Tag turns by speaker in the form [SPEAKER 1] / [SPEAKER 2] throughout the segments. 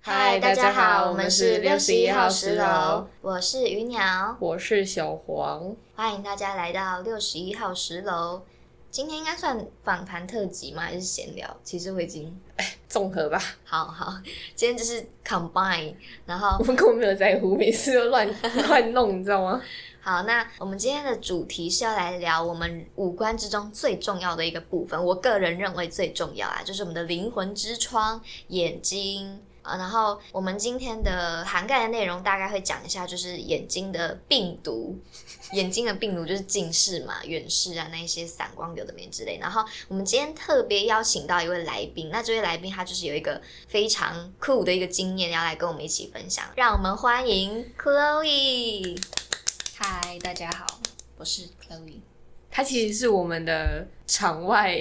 [SPEAKER 1] 嗨，大家好，我们是六十一号石楼，，
[SPEAKER 2] 我是鱼鸟，
[SPEAKER 1] 我是小黄。
[SPEAKER 2] 欢迎大家来到六十一号石楼。今天应该算访谈特辑吗？还是闲聊？其实我已经
[SPEAKER 1] 综合吧，
[SPEAKER 2] 好好，今天就是 combine，然后
[SPEAKER 1] 我们根本没有在乎，每次都乱 乱弄，你知道吗？
[SPEAKER 2] 好，那我们今天的主题是要来聊我们五官之中最重要的一个部分，我个人认为最重要啊，就是我们的灵魂之窗——眼睛。啊，然后我们今天的涵盖的内容大概会讲一下，就是眼睛的病毒，眼睛的病毒就是近视嘛、 远视啊那一些散光有的没之类。然后我们今天特别邀请到一位来宾，那这位来宾他就是有一个非常酷的一个经验要来跟我们一起分享，让我们欢迎 Chloe。
[SPEAKER 3] 嗨，大家好，我是 Chloe。
[SPEAKER 1] 他其实是我们的场外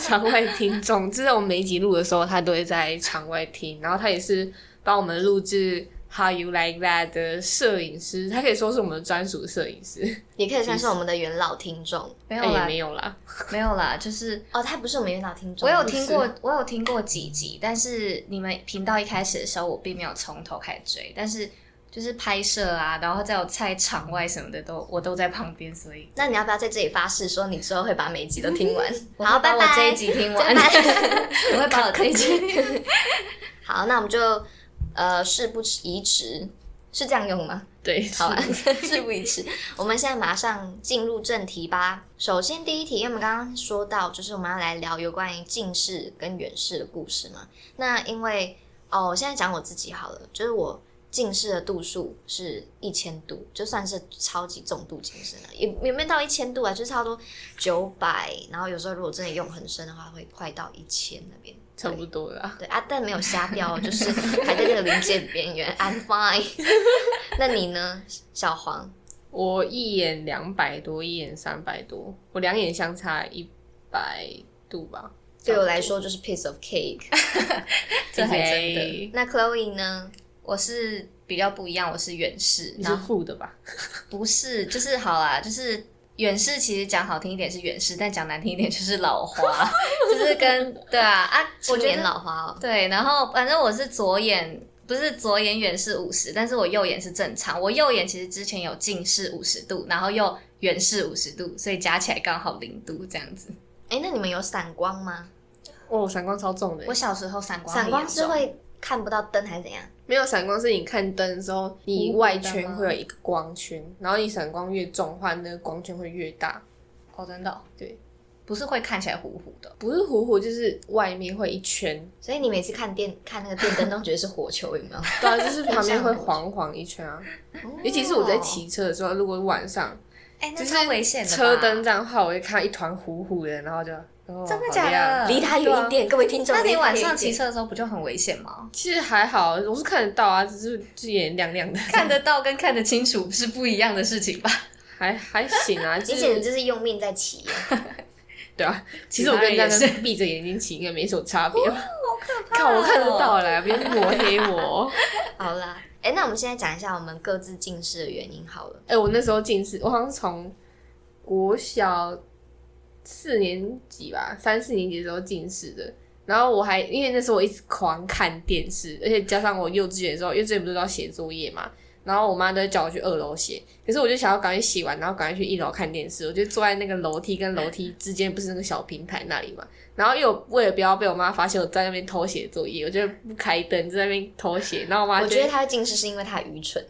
[SPEAKER 1] 场外听众，就是我们每一集录的时候，他都会在场外听，然后他也是帮我们录制。How you like that 的摄影师，他可以说是我们的专属摄影师，
[SPEAKER 2] 也可以算是我们的元老听众
[SPEAKER 3] 没有
[SPEAKER 1] 但也
[SPEAKER 3] 啦，
[SPEAKER 1] 没有啦。
[SPEAKER 3] 没有啦， 就是
[SPEAKER 2] 哦，他不是我们元老听众，
[SPEAKER 3] 我有听过，我有听过几集，但是你们频道一开始的时候，我并没有从头开始追，但是就是拍摄啊，然后再有菜场外什么的都，我都在旁边，所以
[SPEAKER 2] 那你要不要在这里发誓说你之后会把每一集都听完？
[SPEAKER 3] 我
[SPEAKER 2] 好，
[SPEAKER 3] 会
[SPEAKER 2] 拜
[SPEAKER 3] 把我
[SPEAKER 2] 拜。
[SPEAKER 3] 这一集听完，
[SPEAKER 2] 拜
[SPEAKER 3] 我会把我这一集，
[SPEAKER 2] 好，那我们就呃事不宜迟，是这样用吗？
[SPEAKER 1] 对，
[SPEAKER 2] 好吧， 事不宜迟，我们现在马上进入正题吧。首先第一题，因为我们刚刚说到，就是我们要来聊有关于近视跟远视的故事嘛。那因为哦，我现在讲我自己好了，就是我近视的度数是一千度，就算是超级重度近视了，也也没有到一千度啊，就是差不多九百，然后有时候如果真的用很深的话，会快到一千那边。
[SPEAKER 1] 差不多啦。
[SPEAKER 2] 对啊，但没有瞎掉哦，就是还在这个临界边缘。I'm fine。那你呢，小黄？
[SPEAKER 1] 我一眼两百多，一眼三百多，我两眼相差一百度吧。
[SPEAKER 2] 对我来说就是 piece of cake。
[SPEAKER 3] 这还真的
[SPEAKER 1] 的，
[SPEAKER 2] 那 Chloe 呢？
[SPEAKER 3] 我是比较不一样，我是远视，
[SPEAKER 1] 你
[SPEAKER 3] 然
[SPEAKER 1] 是
[SPEAKER 3] 后
[SPEAKER 1] 负的吧？
[SPEAKER 3] 不是就是好啦，就是。远视其实讲好听一点是远视，但讲难听一点就是老花， 就是跟对啊啊，
[SPEAKER 2] 青
[SPEAKER 3] 我觉得
[SPEAKER 2] 年老花哦。
[SPEAKER 3] 对，然后反正我是左眼，不是左眼远视五十，但是我右眼是正常。我右眼其实之前有近视五十度，然后又远视五十度，所以加起来刚好零度这样子。
[SPEAKER 2] 哎，那你们有散光吗？
[SPEAKER 1] 哦，闪光超重的
[SPEAKER 3] 我，小时候散光很
[SPEAKER 2] 散光
[SPEAKER 3] 严
[SPEAKER 2] 是
[SPEAKER 3] 重
[SPEAKER 2] 会看不到灯还是怎样？
[SPEAKER 1] 没有闪光是你看灯的时候，你外圈会有一个光圈，然后你闪光越重的话，那个光圈会越大，
[SPEAKER 3] 哦，真的哦、
[SPEAKER 1] 对，
[SPEAKER 3] 不是会看起来糊糊的。
[SPEAKER 1] 不是糊糊就是外面会一圈，
[SPEAKER 2] 所以你每次看电看那个电灯都觉得是火球，有没 有？
[SPEAKER 1] 对啊，就是旁边会黄黄一圈啊。尤其是我在骑车的时候，如果晚上
[SPEAKER 3] 哎，那
[SPEAKER 1] 就是
[SPEAKER 3] 超危险的吧。
[SPEAKER 1] 车灯这样的话，我会看到一团糊糊的，然后就哦
[SPEAKER 3] 真的
[SPEAKER 1] 好
[SPEAKER 3] 假的
[SPEAKER 1] 亮
[SPEAKER 2] 离他远一点，各位听众。
[SPEAKER 3] 啊那
[SPEAKER 2] 离
[SPEAKER 3] 你
[SPEAKER 2] 它
[SPEAKER 3] 晚
[SPEAKER 2] 远一
[SPEAKER 3] 上
[SPEAKER 2] 点
[SPEAKER 3] 骑车的时候不就很危险吗？
[SPEAKER 1] 其实还好，我是看得到啊，只是只眼亮亮的，
[SPEAKER 3] 看得到跟看得清楚是不一样的事情吧？
[SPEAKER 1] 还还行啊。就
[SPEAKER 2] 你简直
[SPEAKER 1] 是
[SPEAKER 2] 就是用命在骑耶，
[SPEAKER 1] 对啊，其
[SPEAKER 3] 其
[SPEAKER 1] 实
[SPEAKER 3] 他
[SPEAKER 1] 我跟
[SPEAKER 3] 人
[SPEAKER 1] 大
[SPEAKER 3] 也哦
[SPEAKER 1] 家
[SPEAKER 3] 是
[SPEAKER 1] 闭着眼睛骑应该没什么差别吧。好可怕！看我看得
[SPEAKER 3] 哦
[SPEAKER 1] 到啦，不要抹黑我。
[SPEAKER 2] 好啦，哎，那我们现在讲一下我们各自近视的原因好了。
[SPEAKER 1] 哎、我那时候近视，我好像从国小四年级吧，三四年级的时候近视的。然后我还因为那时候我一直狂看电视，而且加上我幼稚园的时候，幼稚园不是都要写作业嘛，然后我妈都会叫我去二楼写，可是我就想要赶快写完，然后赶快去一楼看电视。我就坐在那个楼梯跟楼梯之间，不是那个小平台那里嘛。然后因为我为了不要被我妈发现我在那边偷写作业，我就不开灯在那边偷写，然后我妈
[SPEAKER 2] 我
[SPEAKER 1] 就
[SPEAKER 2] 觉得他会近视是因为他愚蠢。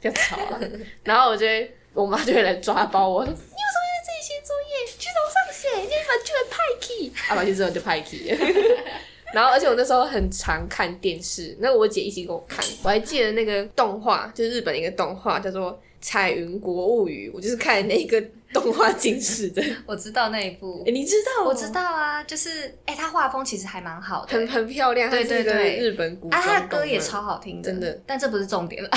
[SPEAKER 1] 不要吵 啊。然后我就会，我妈就会来抓包我，说你为什么在这里写作业？去楼上写，你把就会派 key。啊，完去之后就派 key 了。 然后，而且我那时候很常看电视，那我姐一起跟我看，我还记得那个动画，就是日本的一个动画，叫做《彩云国物语》，我就是看那个动画近视 的。
[SPEAKER 3] 我知道那一部
[SPEAKER 1] 诶，你知道？
[SPEAKER 3] 哎
[SPEAKER 1] 哦
[SPEAKER 3] 我知。道啊，就是哎，他画风其实还蛮好的，
[SPEAKER 1] 很很漂亮，它
[SPEAKER 3] 对
[SPEAKER 1] 是一个
[SPEAKER 3] 对对
[SPEAKER 1] 日本古
[SPEAKER 3] 啊，
[SPEAKER 1] 装
[SPEAKER 3] 他的歌也
[SPEAKER 1] 动漫
[SPEAKER 3] 超好听
[SPEAKER 1] 真的，
[SPEAKER 3] 但这不是重点了。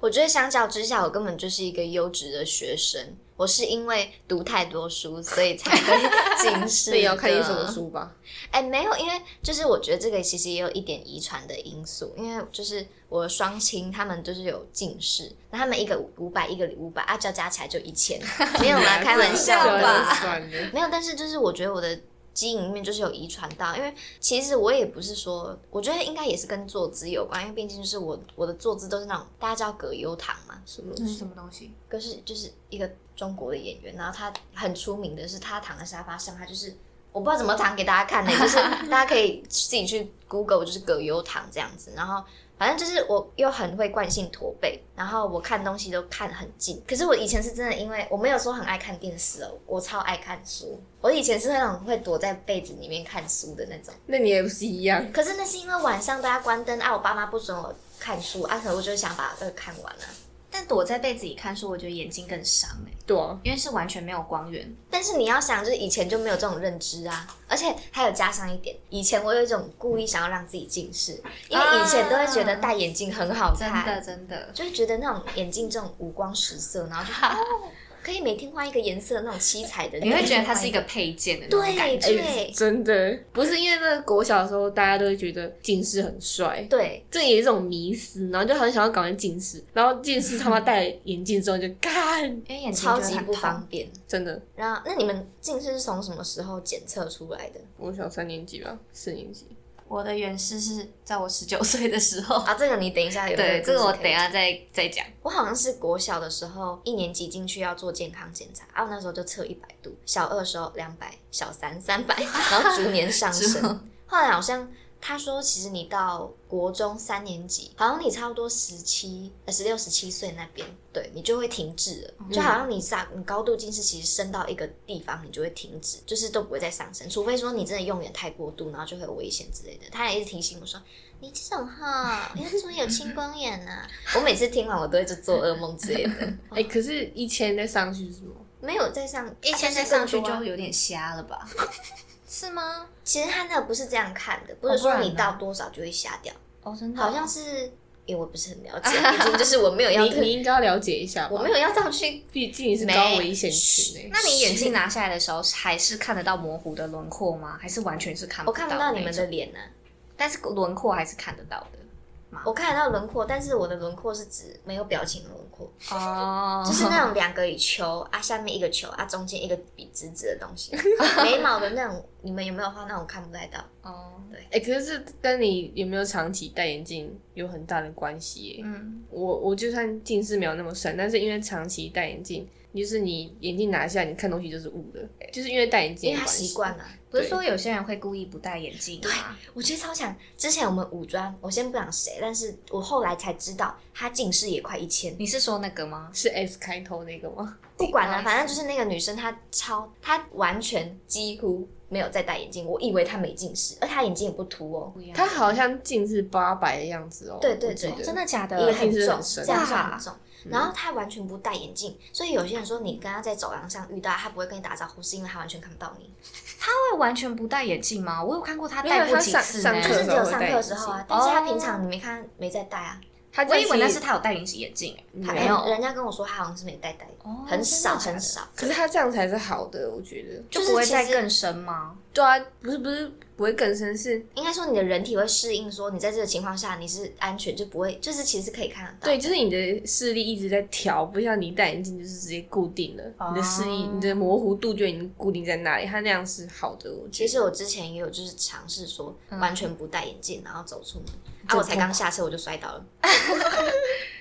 [SPEAKER 2] 我觉得相较之下，我根本就是一个优质的学生。我是因为读太多书，所以才 会近视。
[SPEAKER 1] 那也要看你什么？书吧。
[SPEAKER 2] 哎、没有，因为就是我觉得这个其实也有一点遗传的因素，因为就是我的双亲他们就是有近视，那他们一个五百，一个五百， 啊，这样加起来就一千，没有啦，开玩笑
[SPEAKER 3] 吧
[SPEAKER 2] 吧。
[SPEAKER 1] 算了。
[SPEAKER 2] 没有，但是就是我觉得我的基因里面就是有遗传到，因为其实我也不是说，我觉得应该也是跟坐姿有关，因为毕竟就是我我的坐姿都是那种大家知道葛优躺嘛，
[SPEAKER 1] 什么？
[SPEAKER 3] 那是什么东西？
[SPEAKER 2] 可是就是一个中国的演员，然后他很出名的是他躺在沙发上，他就是我不知道怎么躺给大家看呢、就是大家可以自己去 Google，就是葛优躺这样子，然后。反正就是我又很会惯性驼背，然后我看东西都看很近。可是我以前是真的，因为我没有说很爱看电视哦，我超爱看书。我以前是那种会躲在被子里面看书的那种。
[SPEAKER 1] 那你也不是一样？
[SPEAKER 2] 可是那是因为晚上大家关灯啊，我爸妈不准我看书啊，可能我就想把呃看完了、
[SPEAKER 3] 但躲在被子里看书，我觉得眼睛更伤哎、
[SPEAKER 1] 对啊，
[SPEAKER 3] 因为是完全没有光源。
[SPEAKER 2] 但是你要想，就是以前就没有这种认知啊，而且还有加上一点，以前我有一种故意想要让自己近视，因为以前都会觉得戴眼镜很好
[SPEAKER 3] 真
[SPEAKER 2] 看，
[SPEAKER 3] 的真的，
[SPEAKER 2] 就会觉得那种眼镜这种五光十色，然后就、哦、可以每天换一个颜色那种七彩的，
[SPEAKER 3] 你会觉得它是一个配件的那种感
[SPEAKER 2] 对
[SPEAKER 3] 觉。
[SPEAKER 2] 对
[SPEAKER 1] 哎真的不是因为那个国小的时候，大家都会觉得近视很帅，
[SPEAKER 2] 对，
[SPEAKER 1] 这也是一种迷思，然后就很想要赶快近视，然后近视他妈戴了眼镜之后就干，
[SPEAKER 3] 因为眼睛
[SPEAKER 2] 超
[SPEAKER 3] 就会
[SPEAKER 2] 级
[SPEAKER 3] 很
[SPEAKER 2] 不
[SPEAKER 3] 痛
[SPEAKER 2] 方便。
[SPEAKER 1] 真的，
[SPEAKER 2] 然后，那你们近视是从什么时候检测出来的？
[SPEAKER 1] 我小三年级吧，四年级，
[SPEAKER 3] 我的远视是在我十九岁的时候。
[SPEAKER 2] 啊，这个你等一下有
[SPEAKER 3] 对，这个我等一
[SPEAKER 2] 下。
[SPEAKER 3] 下再再讲。
[SPEAKER 2] 我好像是国小的时候，一年级进去要做健康检查，啊，我那时候就测一百度，小二时候两百，小三三百，然后逐年上
[SPEAKER 3] 之
[SPEAKER 2] 升。后来好像他说，其实你到国中三年级，好像你差不多十七、呃十六、十七岁那边，对你就会停滞了，就好像你上你高度近视，其实升到一个地方，你就会停止，就是都不会再上升，除非说你真的用眼太过度，然后就会有危险之类的。他也一直提醒我说。你这种哈，要注意有青光眼啊呐、我每次听完，我都会就做噩梦之类 的。
[SPEAKER 1] 哎、可是一千再上去是什么？
[SPEAKER 2] 没有再上
[SPEAKER 3] 一千再
[SPEAKER 2] 再
[SPEAKER 3] 上去
[SPEAKER 2] 就
[SPEAKER 3] 就是
[SPEAKER 2] 更多啊
[SPEAKER 3] 有点瞎了吧？是吗？
[SPEAKER 2] 其实他那个不是这样看的，不
[SPEAKER 3] 哦
[SPEAKER 2] 是
[SPEAKER 3] 不
[SPEAKER 2] 说
[SPEAKER 3] 然呢
[SPEAKER 2] 你到多少就会瞎掉，
[SPEAKER 3] 哦，真的
[SPEAKER 2] 好像是因为我不是很了 解，已经就是我没有要
[SPEAKER 1] 你
[SPEAKER 2] 特
[SPEAKER 1] 你应该要了解一下吧，
[SPEAKER 2] 我没有要上去，
[SPEAKER 3] 哦
[SPEAKER 1] 毕竟你是高
[SPEAKER 2] 没
[SPEAKER 1] 危险群哎、
[SPEAKER 3] 那你眼镜拿下来的时候，还是看得到模糊的轮廓吗？还是完全是看
[SPEAKER 2] 我
[SPEAKER 3] 到？
[SPEAKER 2] 看不到你们的，脸呐、啊
[SPEAKER 3] 但是轮廓还是看得到的。
[SPEAKER 2] 我看得到轮廓，但是我的轮廓是指没有表情的轮 廓，
[SPEAKER 3] 哦
[SPEAKER 2] 就是那种两个球啊，下面一个球啊，中间一个笔直直的东西，啊 眉毛的那种，你们有没有画那种看不太到？
[SPEAKER 3] 哦，
[SPEAKER 1] 哎、可是这跟你有没有长期戴眼镜有很大的关系耶、
[SPEAKER 3] 嗯，
[SPEAKER 1] 我我就算近视没有那么深，但是因为长期戴眼镜，就是你眼镜拿下，你看东西就是雾的，就是因为戴眼镜
[SPEAKER 2] 因
[SPEAKER 1] 的
[SPEAKER 2] 为他
[SPEAKER 1] 关系，
[SPEAKER 2] 习惯了。
[SPEAKER 3] 不是说有些人会故意不戴眼镜啊吗？
[SPEAKER 2] 我觉得超强。之前我们五专，我先不讲谁，但是我后来才知道他近视也快一千。
[SPEAKER 3] 你是说那个吗？
[SPEAKER 1] 是 S 开头那个吗？
[SPEAKER 2] 不管
[SPEAKER 3] 不好
[SPEAKER 2] 了、
[SPEAKER 3] 意思
[SPEAKER 2] 反正就是那个女生，她超，她完全几乎没有在戴眼镜。我以为她没近视，而她眼睛也不凸哦，
[SPEAKER 3] 不一样
[SPEAKER 1] 他好像近视八百的样子哦，
[SPEAKER 2] 对对
[SPEAKER 1] 我记得
[SPEAKER 2] 对
[SPEAKER 3] 真的假的？
[SPEAKER 2] 也很
[SPEAKER 1] 近视
[SPEAKER 2] 重，
[SPEAKER 1] 很深
[SPEAKER 2] 这样
[SPEAKER 3] 哇
[SPEAKER 2] 算很重。然后她完全不戴眼镜，所以有些人说你跟她在走廊上遇到，她不会跟你打招呼，是因为她完全看不到你。
[SPEAKER 3] 会完全不戴眼镜吗？我有看过他
[SPEAKER 1] 没有
[SPEAKER 3] 戴过
[SPEAKER 1] 他
[SPEAKER 3] 几
[SPEAKER 1] 上
[SPEAKER 3] 次
[SPEAKER 1] 上
[SPEAKER 3] 呢
[SPEAKER 1] 课
[SPEAKER 2] 就是
[SPEAKER 1] 的
[SPEAKER 2] 只
[SPEAKER 1] 时候
[SPEAKER 2] 有上
[SPEAKER 1] 会戴
[SPEAKER 2] 课
[SPEAKER 1] 眼
[SPEAKER 2] 的
[SPEAKER 1] 镜
[SPEAKER 2] 时候啊，但是她
[SPEAKER 3] 哦
[SPEAKER 2] 平常你没看没在戴啊，
[SPEAKER 1] 他
[SPEAKER 3] 我
[SPEAKER 1] 在
[SPEAKER 3] 以为那是
[SPEAKER 1] 其嗯
[SPEAKER 3] 他有戴隐形眼镜，欸
[SPEAKER 2] 她哎
[SPEAKER 1] 没
[SPEAKER 3] 有
[SPEAKER 2] 人家跟我说她好像是没戴戴，
[SPEAKER 3] 哦
[SPEAKER 2] 很少
[SPEAKER 3] 真
[SPEAKER 2] 很
[SPEAKER 3] 的假的
[SPEAKER 2] 少。
[SPEAKER 1] 可是他这样才是好的，我觉得。
[SPEAKER 3] 就
[SPEAKER 2] 就是
[SPEAKER 3] 不会再
[SPEAKER 2] 其实
[SPEAKER 3] 更深吗？
[SPEAKER 1] 对啊，不是不是不会更深，是
[SPEAKER 2] 应该说你的人体会适应，说你在这个情况下你是安全，就不会，就是其实可以看得到。
[SPEAKER 1] 对，就是你的视力一直在调，不像你戴眼镜就是直接固定了，
[SPEAKER 3] 哦
[SPEAKER 1] 你的视力、你的模糊度就已经固定在那里，它那样是好的，我觉
[SPEAKER 2] 其
[SPEAKER 1] 得。
[SPEAKER 2] 实我之前也有就是尝试说完全不戴眼镜，然后走出门，啊，
[SPEAKER 1] 嗯就
[SPEAKER 2] 我才刚下车我就摔倒了。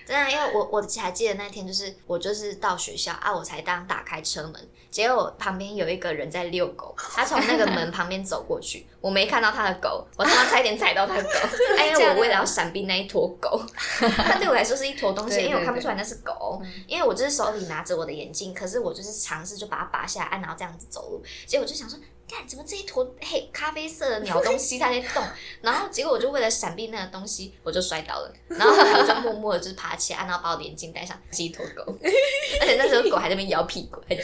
[SPEAKER 2] 真的，因为我我还记得那天就是我就是到学校啊，我才刚打开车门，结果旁边有一个人在遛狗，他从那个门旁边走过去，我没看到他的狗，我他妈差一点踩到 他的狗，哎，因为我为了要闪避那一坨狗，它对我来说是一坨东西，
[SPEAKER 1] 对对嗯
[SPEAKER 2] 因为我看不出来那是狗，因为我就是手里拿着我的眼镜，可是我就是尝试就把它拔下来，啊然后这样子走路，结果我就想说。干，怎么这一坨黑咖啡色的鸟东西它在动？然后结果我就为了闪避那个东西，我就摔倒 了。然后我就默默的就是爬起来，然后把我的眼镜戴上，是一坨狗。 而且那时候狗还在那边摇屁股，还在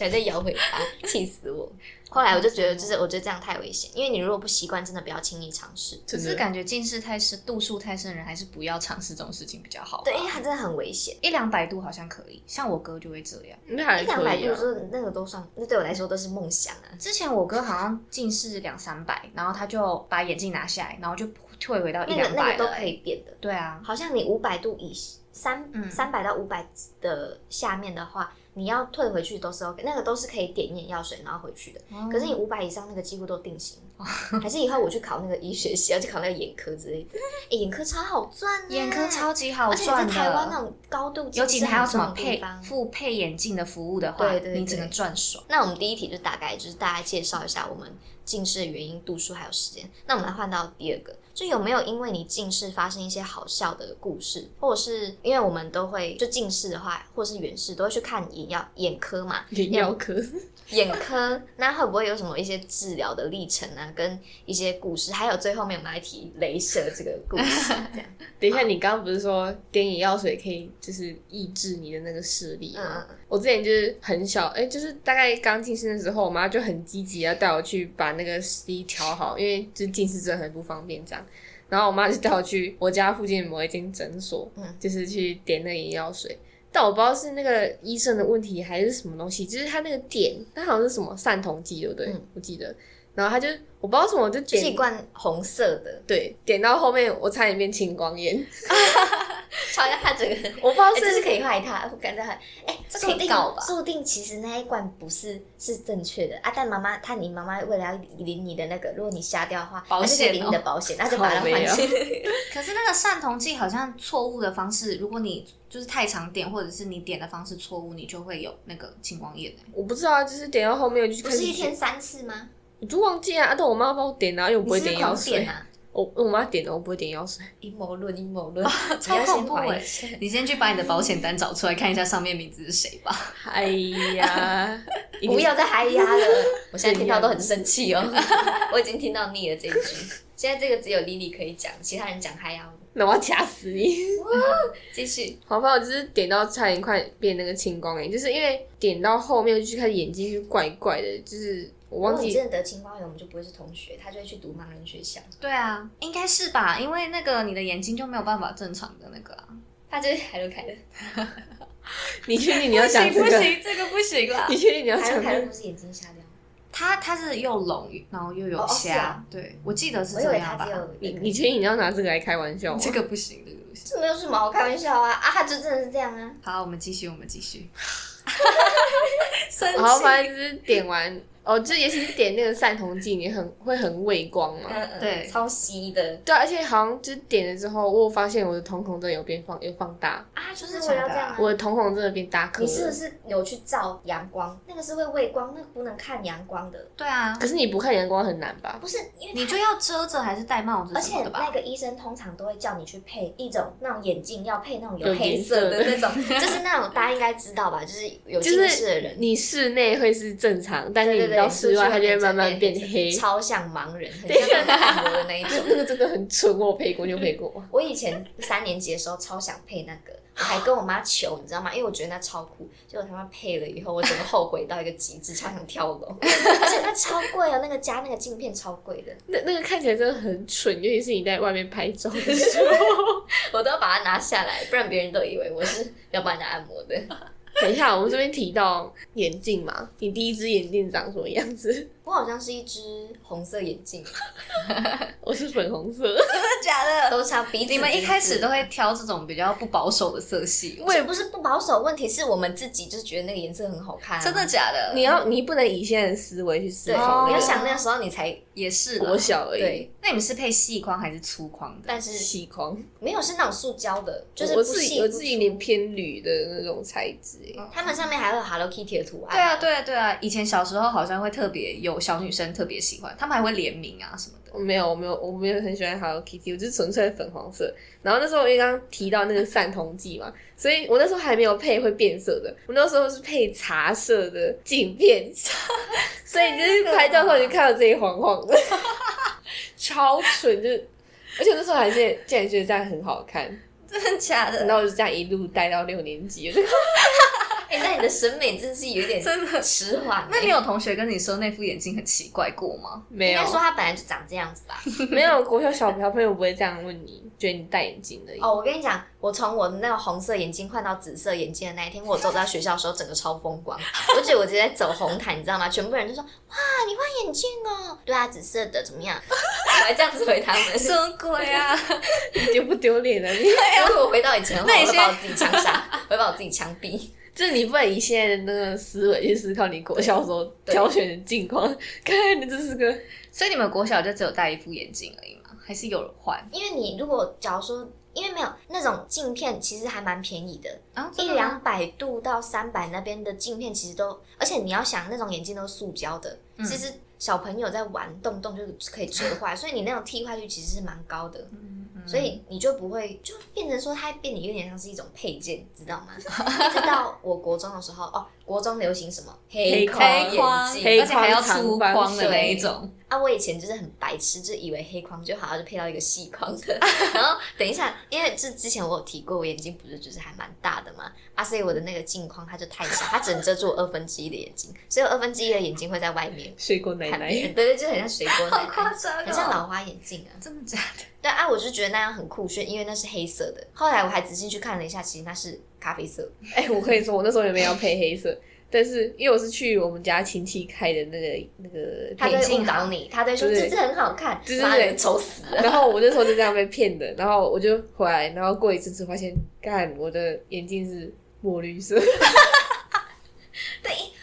[SPEAKER 2] 还在摇尾巴，气死我！后来我就觉得，就是我觉得这样太危险，因为你如果不习惯，真的不要轻易尝试。
[SPEAKER 1] 就
[SPEAKER 3] 只是感觉近视太深、度数太深的人，还是不要尝试这种事情比较好吧。
[SPEAKER 2] 对，因为它真的很危险。
[SPEAKER 3] 一两百度好像可以，像我哥就会这样。
[SPEAKER 1] 那还
[SPEAKER 2] 一两百
[SPEAKER 1] 可
[SPEAKER 2] 度
[SPEAKER 1] 以啊。
[SPEAKER 2] 就是那个都算，那对我来说都是梦想啊。
[SPEAKER 3] 之前我哥好像近视两三百，然后他就把眼镜拿下来，然后就退回到一
[SPEAKER 2] 那个
[SPEAKER 3] 两
[SPEAKER 2] 那
[SPEAKER 3] 百
[SPEAKER 2] 个都
[SPEAKER 3] 了欸
[SPEAKER 2] 可以变的，
[SPEAKER 3] 对啊，
[SPEAKER 2] 好像你五百度以三
[SPEAKER 3] 嗯
[SPEAKER 2] 三百到五百的下面的话，你要退回去都是 OK，那个都是可以点眼药水然后回去的。
[SPEAKER 3] 哦
[SPEAKER 2] 可是你五百以上那个几乎都定型， 还是以后我去考那个医学系，要去考那个眼科之类 的。诶眼科超好赚呢、
[SPEAKER 3] 眼科超级好
[SPEAKER 2] 而且在
[SPEAKER 3] 赚的，
[SPEAKER 2] 台湾那种高度近视
[SPEAKER 3] 尤其你还有什么
[SPEAKER 2] 很重的地
[SPEAKER 3] 配
[SPEAKER 2] 方
[SPEAKER 3] 付配眼镜的服务的话，
[SPEAKER 2] 对对对
[SPEAKER 3] 你只能赚爽。
[SPEAKER 2] 那我们第一题就大概就是大家介绍一下我们近视的原因、度数还有时间。那我们来换到第二个，就有没有因为你近视发生一些好笑的故事，或者是因为我们都会就近视的话，或者是远视都会去看眼药眼科嘛，
[SPEAKER 1] 眼药科，
[SPEAKER 2] 眼科那会不会有什么一些治疗的历程啊，跟一些故事？还有最后面我们来提镭射这个故事，这样。
[SPEAKER 1] 等一下，你刚刚不是说点眼药水可以就是抑制你的那个视力吗？
[SPEAKER 2] 嗯
[SPEAKER 1] 我之前就是很小，哎、就是大概刚近视的时候，我妈就很积极要带我去把那个视力调好，因为就是近视真的很不方便这样。然后我妈就带我去我家附近某一间诊所，
[SPEAKER 2] 嗯
[SPEAKER 1] 就是去点那个眼药水。但我不知道是那个医生的问题还是什么东西，就是他那个点，他好像是什么散瞳剂，对不对？
[SPEAKER 2] 嗯
[SPEAKER 1] 我记得。然后他就我不知道为什么，我就
[SPEAKER 2] 就是一
[SPEAKER 1] 点
[SPEAKER 2] 罐红色的，
[SPEAKER 1] 对点到后面，我差点变青光眼。
[SPEAKER 2] 超像它整个
[SPEAKER 1] 我不知道
[SPEAKER 2] 哎、
[SPEAKER 1] 是
[SPEAKER 2] 这是可以害他，我感觉很哎，
[SPEAKER 3] 这
[SPEAKER 2] 注
[SPEAKER 3] 可以
[SPEAKER 2] 定
[SPEAKER 3] 告吧
[SPEAKER 2] 注定其实那一罐不是是正确的啊，但妈妈她你妈妈为了要领你的那个，如果你瞎掉的话，
[SPEAKER 3] 保
[SPEAKER 2] 她就可以
[SPEAKER 3] 险
[SPEAKER 2] 领
[SPEAKER 3] 哦
[SPEAKER 2] 你的保险，那就把它
[SPEAKER 1] 靠背
[SPEAKER 2] 换
[SPEAKER 1] 啊
[SPEAKER 2] 去。
[SPEAKER 3] 可是那个散瞳剂好像错误的方式，如果你就是太常点，或者是你点的方式错误，你就会有那个青光眼、欸。
[SPEAKER 1] 我不知道啊，就是点到后面我就去
[SPEAKER 2] 不
[SPEAKER 1] 看，
[SPEAKER 2] 是一天三次吗？
[SPEAKER 1] 我就忘记啊。啊但我妈帮我点啊，因为我不
[SPEAKER 2] 你
[SPEAKER 1] 会
[SPEAKER 2] 是不是
[SPEAKER 1] 药
[SPEAKER 2] 狂
[SPEAKER 1] 水。
[SPEAKER 2] 点啊？
[SPEAKER 1] 我我妈点的，我不会点药水。
[SPEAKER 2] 阴谋论，阴谋论，
[SPEAKER 3] 超
[SPEAKER 2] 你要先
[SPEAKER 3] 恐怖
[SPEAKER 2] 怀疑
[SPEAKER 3] 欸 你先去把你的保险单找出来，看一下上面名字是谁吧。
[SPEAKER 1] 哎 呀，一 定
[SPEAKER 2] 不要再嗨呀了！我现在听到都很生气哦， 我已经听到腻了这一句。现在这个只有 Lily 可以讲，其他人讲嗨呀。
[SPEAKER 1] 那我要掐死你！
[SPEAKER 2] 继续，
[SPEAKER 1] 好吧，我就是点到差点快变那个青光眼，就是因为点到后面就开始眼睛就怪怪的，就是我
[SPEAKER 2] 如
[SPEAKER 1] 忘
[SPEAKER 2] 果你
[SPEAKER 1] 记
[SPEAKER 2] 真的得青光眼，我们就不会是同学，他就会去读盲人学校。
[SPEAKER 3] 对啊，应该是吧，因为那个你的眼睛就没有办法正常的那个 啊。
[SPEAKER 2] 他就是 海伦凯勒，
[SPEAKER 1] 你确定你要讲这
[SPEAKER 3] 不行不
[SPEAKER 1] 个？
[SPEAKER 3] 行，这个不行 啦
[SPEAKER 1] 你。确定 你要
[SPEAKER 2] 海
[SPEAKER 1] 讲
[SPEAKER 2] 伦凯
[SPEAKER 1] 这
[SPEAKER 2] 勒
[SPEAKER 1] 个
[SPEAKER 2] 不？是眼睛瞎掉吗？
[SPEAKER 3] 他他是又聋，然后又
[SPEAKER 2] 哦
[SPEAKER 3] 有
[SPEAKER 2] 哦是
[SPEAKER 3] 瞎，
[SPEAKER 2] 啊
[SPEAKER 3] 对我记得是
[SPEAKER 2] 我以
[SPEAKER 3] 这
[SPEAKER 2] 为
[SPEAKER 3] 样
[SPEAKER 2] 他
[SPEAKER 3] 吧
[SPEAKER 2] 只。有
[SPEAKER 1] 你
[SPEAKER 2] 一个
[SPEAKER 1] 你确定你要拿这个来开玩笑吗？
[SPEAKER 3] 这个不行，这个不行。
[SPEAKER 2] 这没有什么好开玩笑啊啊！他就真的是这样啊，
[SPEAKER 3] 好，我们继续，我们继 续。生
[SPEAKER 1] 然后反正就是点完，哦，就也是点那个散瞳剂，你很会很畏光嘛。
[SPEAKER 2] 嗯嗯
[SPEAKER 3] 对
[SPEAKER 2] 超稀的
[SPEAKER 1] 对，啊而且好像就是点了之后，我有发现我的瞳孔真的有变放，有放大，
[SPEAKER 2] 啊，就
[SPEAKER 3] 真
[SPEAKER 2] 是
[SPEAKER 3] 的
[SPEAKER 2] 我要
[SPEAKER 3] 假
[SPEAKER 2] 这
[SPEAKER 3] 的
[SPEAKER 2] 样
[SPEAKER 3] 啊
[SPEAKER 2] 啊。
[SPEAKER 1] 我的瞳孔真的变大颗
[SPEAKER 2] 你
[SPEAKER 1] 了。
[SPEAKER 2] 是不是有去照阳光？那个是会畏光，那个不能看阳光的，
[SPEAKER 3] 对啊，
[SPEAKER 1] 可是你不看阳光很难吧？
[SPEAKER 2] 不是因为它
[SPEAKER 3] 你就要遮着还是戴帽子
[SPEAKER 2] 而
[SPEAKER 3] 什
[SPEAKER 2] 且
[SPEAKER 3] 么的吧？
[SPEAKER 2] 那个医生通常都会叫你去配一种那种眼镜，要配那种
[SPEAKER 1] 有
[SPEAKER 2] 有
[SPEAKER 1] 颜
[SPEAKER 2] 黑色的
[SPEAKER 1] 色的
[SPEAKER 2] 那种， 就是那种大家应该知道吧？就是有
[SPEAKER 1] 就
[SPEAKER 2] 近视的
[SPEAKER 1] 是
[SPEAKER 2] 人，
[SPEAKER 1] 你室内会是正常，但是
[SPEAKER 2] 对
[SPEAKER 1] 你
[SPEAKER 2] 对对，
[SPEAKER 1] 到室外，它啊就会
[SPEAKER 2] 出去
[SPEAKER 1] 慢慢变黑。
[SPEAKER 2] 超像盲人， 很像韩国的那一种
[SPEAKER 1] 那。 那个真的很蠢，我有配过就配过。
[SPEAKER 2] 我以前三年级的时候超想配那个，我还跟我妈求，你知道吗？因为我觉得那超酷，结果他妈配了以后，我整个后悔到一个极致，超想跳楼。 而且那超贵哦，那个加那个镜片超贵的，
[SPEAKER 1] 那那个看起来真的很蠢，尤其是你在外面拍照的 时候。
[SPEAKER 2] 我都要把它拿下来，不然别人都以为我是要帮人家按摩的。
[SPEAKER 1] 等一下，我们这边提到眼镜嘛，你第一只眼镜长什么样子？
[SPEAKER 2] 我好像是一只红色眼镜，
[SPEAKER 1] 我是粉红色，
[SPEAKER 3] 真的假的？
[SPEAKER 2] 都差鼻子。
[SPEAKER 3] 你们一开始都
[SPEAKER 2] 鼻
[SPEAKER 3] 会挑这种比较不保守的色系
[SPEAKER 2] 子，，我也不是不保守，问题是我们自己就是觉得那个颜色很好看啊、
[SPEAKER 3] 真的假的？
[SPEAKER 1] 你要你不能以现在的思维去思
[SPEAKER 2] 对，
[SPEAKER 1] 考
[SPEAKER 3] 哦
[SPEAKER 2] 你
[SPEAKER 1] 那
[SPEAKER 2] 要
[SPEAKER 1] 个。
[SPEAKER 2] 想那个时候你才
[SPEAKER 3] 也是啦
[SPEAKER 1] 国小而已，
[SPEAKER 2] 对，
[SPEAKER 3] 那你们是配细框还是粗框的？
[SPEAKER 2] 但是
[SPEAKER 1] 细框。
[SPEAKER 2] 没有是那种塑胶的，就是
[SPEAKER 1] 我
[SPEAKER 2] 不
[SPEAKER 1] 自己
[SPEAKER 2] 细不哦
[SPEAKER 1] 我自
[SPEAKER 2] 粗。
[SPEAKER 1] 己有点偏铝的那种材质欸，
[SPEAKER 2] 他们上面还会有 Hello Kitty 的图案。
[SPEAKER 3] 对啊，对啊，对啊！以前小时候好像会特别有小女生特别喜欢，他们还会联名啊什么的。
[SPEAKER 1] 我没有，我没有，我没有很喜欢 Hello Kitty，我就是纯粹粉红色。然后那时候我因为刚刚提到那个散瞳剂嘛，所以我那时候还没有配会变色的，我那时候是配茶色的镜片，所以你就是拍照的时候你就看到自己黄黄的， 超蠢，就是。而且那时候还是竟然觉得这样很好看，
[SPEAKER 3] 真的假
[SPEAKER 1] 然？后我就这样一路带到六年级，
[SPEAKER 2] 哎、那你的审美真是有点
[SPEAKER 3] 真的
[SPEAKER 2] 迟缓、
[SPEAKER 3] 啊
[SPEAKER 2] 哎
[SPEAKER 3] 那你有同学跟你说那副眼镜很奇怪过吗？
[SPEAKER 2] 应
[SPEAKER 1] 没有
[SPEAKER 2] 该说他本来就长这样子吧？
[SPEAKER 1] 没有国小小小朋友不会这样问你，觉得你戴眼镜而已。
[SPEAKER 2] 哦，我跟你讲，我从我那个红色眼镜换到紫色眼镜的那一天，我走到学校的时候，整个超风 光。我觉得我直接走红毯，你知道吗？全部人就说：“哇，你换眼镜哦！”对啊，紫色的怎么样？我还这样子回他们。
[SPEAKER 3] 什么鬼啊！
[SPEAKER 1] 丢不丢脸啊你？
[SPEAKER 2] 如果我回到以前的话，
[SPEAKER 3] 那
[SPEAKER 2] 我
[SPEAKER 3] 你
[SPEAKER 2] 会
[SPEAKER 3] 先
[SPEAKER 2] 把我自己枪杀，我会把我自己枪毙。
[SPEAKER 1] 就是你不能以现在的那个思维去思考你国小时候挑选的境况， 看来你这是个
[SPEAKER 3] 所以你们国小就只有戴一副眼镜而已吗？还是有人换
[SPEAKER 2] 因为你如果假如说，因为没有那种镜片，其实还蛮便宜的，
[SPEAKER 3] 啊？真
[SPEAKER 2] 一
[SPEAKER 3] 的吗
[SPEAKER 2] 两百度到三百那边的镜片其实都，而且你要想那种眼镜都是塑胶的，
[SPEAKER 3] 嗯
[SPEAKER 2] 其实小朋友在玩，动不动就可以折坏，所以你那种替换率其实是蛮高的。
[SPEAKER 3] 嗯
[SPEAKER 2] 所以你就不会，就变成说它变得有点像是一种配件，知道 吗？一直到我国中的时候，哦，国中流行什么
[SPEAKER 3] 嗯
[SPEAKER 2] 黑框眼
[SPEAKER 3] 黑
[SPEAKER 2] 镜
[SPEAKER 3] 框，
[SPEAKER 1] 黑
[SPEAKER 3] 而且还要
[SPEAKER 1] 框
[SPEAKER 3] 粗
[SPEAKER 1] 长方
[SPEAKER 3] 框的那一
[SPEAKER 2] 对
[SPEAKER 3] 种，
[SPEAKER 2] 啊，我以前就是很白痴，就以为黑框就好像就配到一个细框的。 然后等一下，因为这之前我有提过，我眼睛不是就是还蛮大的嘛，啊，所以我的那个镜框它就太小，它只能遮住我二分之一的眼睛，所以我二分之一的眼睛会在外面
[SPEAKER 1] 水果 奶
[SPEAKER 2] 看别
[SPEAKER 1] 奶。
[SPEAKER 2] 人。对对，就很像水果奶奶，
[SPEAKER 3] 张哦
[SPEAKER 2] 很像老花眼镜啊。
[SPEAKER 3] 真的假的？
[SPEAKER 2] 对啊，我就觉得那样很酷炫，因为那是黑色的。后来我还仔细去看了一下，其实那是咖啡色。
[SPEAKER 1] 哎、我跟你说，我那时候原本要配黑色，但是因为我是去我们家亲戚开的那个那个
[SPEAKER 2] 他
[SPEAKER 1] 配
[SPEAKER 2] 在
[SPEAKER 1] 镜
[SPEAKER 2] 误导你，他在说
[SPEAKER 1] 对
[SPEAKER 2] 这只很好看，
[SPEAKER 1] 对对
[SPEAKER 2] 妈
[SPEAKER 1] 对
[SPEAKER 2] 的丑死了。
[SPEAKER 1] 然后我那时候就这样被骗的，然后我就回来，然后过一阵子发现，干我的眼镜是墨绿色，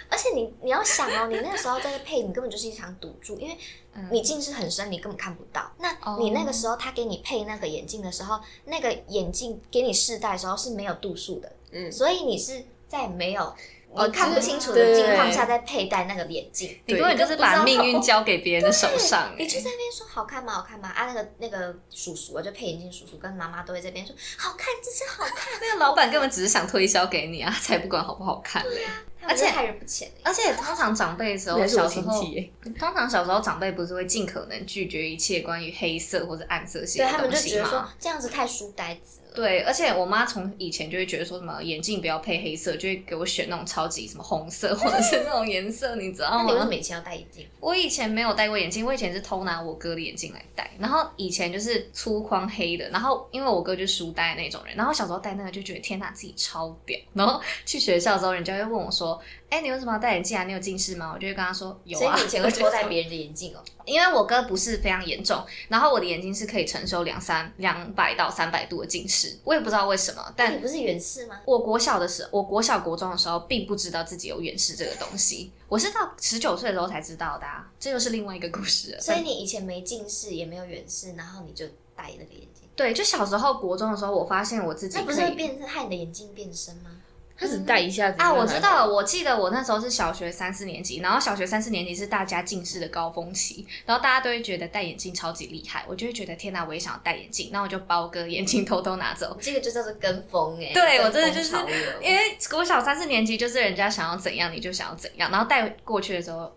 [SPEAKER 2] 而且你你要想哦，你那时候在配，你根本就是一场赌注，因为
[SPEAKER 3] 嗯
[SPEAKER 2] 你近视很深，你根本看不到。那
[SPEAKER 3] 哦
[SPEAKER 2] 你那个时候他给你配那个眼镜的时候，那个眼镜给你试戴的时候是没有度数的，
[SPEAKER 1] 嗯，
[SPEAKER 2] 所以你是在没有
[SPEAKER 1] 哦
[SPEAKER 2] 你看不清楚
[SPEAKER 1] 对
[SPEAKER 2] 的情况下再佩戴那个眼镜。
[SPEAKER 3] 你根本就是把命运交给别人的手 上、
[SPEAKER 2] 你就
[SPEAKER 3] 欸。
[SPEAKER 2] 在那边说好看吗？好看吗？啊，那个那个叔叔啊，就配眼镜叔叔跟妈妈都会在那边说好看，这是 好看，
[SPEAKER 3] 那个老板根本只是想推销给你啊，才不管好不好看
[SPEAKER 2] 啊
[SPEAKER 3] 嘞、而
[SPEAKER 2] 他
[SPEAKER 3] 且
[SPEAKER 2] 们就害人不浅欸
[SPEAKER 3] 而且通常长辈的时候，
[SPEAKER 1] 那是我
[SPEAKER 3] 小时
[SPEAKER 1] 亲
[SPEAKER 3] 候
[SPEAKER 1] 戚耶，
[SPEAKER 3] 通常小时候长辈不是会尽可能拒绝一切关于黑色或者暗色系
[SPEAKER 2] 对
[SPEAKER 3] 的
[SPEAKER 2] 他们
[SPEAKER 3] 东
[SPEAKER 2] 就
[SPEAKER 3] 西
[SPEAKER 2] 觉得说
[SPEAKER 3] 嘛？
[SPEAKER 2] 这样子太书呆子了。
[SPEAKER 3] 对，而且我妈从以前就会觉得说什么眼镜不要配黑色，就会给我选那种超级什么红色或者是那种颜色，你知道
[SPEAKER 2] 那你为什
[SPEAKER 3] 吗
[SPEAKER 2] 么？以前要戴眼镜？
[SPEAKER 3] 我以前没有戴过眼镜，我以前是偷拿我哥的眼镜来戴。然后以前就是粗框黑的，然后因为我哥就是书呆的那种人，然后小时候戴那个就觉得天哪，自己超屌。然后去学校之后，人家会问我说：“哎、你为什么要戴眼镜啊？你有近视吗？”我就会跟他说：“有
[SPEAKER 2] 所以
[SPEAKER 3] 啊。”
[SPEAKER 2] 你以前 会偷戴别人的眼镜哦。
[SPEAKER 3] 因为我哥不是非常严重，然后我的眼睛是可以承受两三两百到三百度的近视，我也不知道为什么，
[SPEAKER 2] 那
[SPEAKER 3] 但呃
[SPEAKER 2] 你不是远视吗？
[SPEAKER 3] 我国小的时候，我国小国中的时候，并不知道自己有远视这个东西，我是到十九岁的时候才知道的、啊，这又是另外一个故事了。
[SPEAKER 2] 所以你以前没近视，也没有远视，然后你就戴那个眼镜，
[SPEAKER 3] 对，就小时候国中的时候，我发现我自己
[SPEAKER 2] 那不
[SPEAKER 3] 可
[SPEAKER 2] 是会
[SPEAKER 3] 以
[SPEAKER 2] 变害你的眼镜变深吗？
[SPEAKER 1] 他只戴一下子
[SPEAKER 3] 啊，我知道
[SPEAKER 1] 了。
[SPEAKER 3] 了，我记得我那时候是小学三四年级，然后小学三四年级是大家近视的高峰期，然后大家都会觉得戴眼镜超级厉害，我就会觉得天哪，我也想要戴眼镜，那我就把我哥眼镜偷偷拿走，
[SPEAKER 2] 这个就叫做跟风哎、
[SPEAKER 3] 对
[SPEAKER 2] 跟
[SPEAKER 3] 我真的就是
[SPEAKER 2] 风潮流
[SPEAKER 3] 因为国小三四年级就是人家想要怎样你就想要怎样，然后带过去的时候，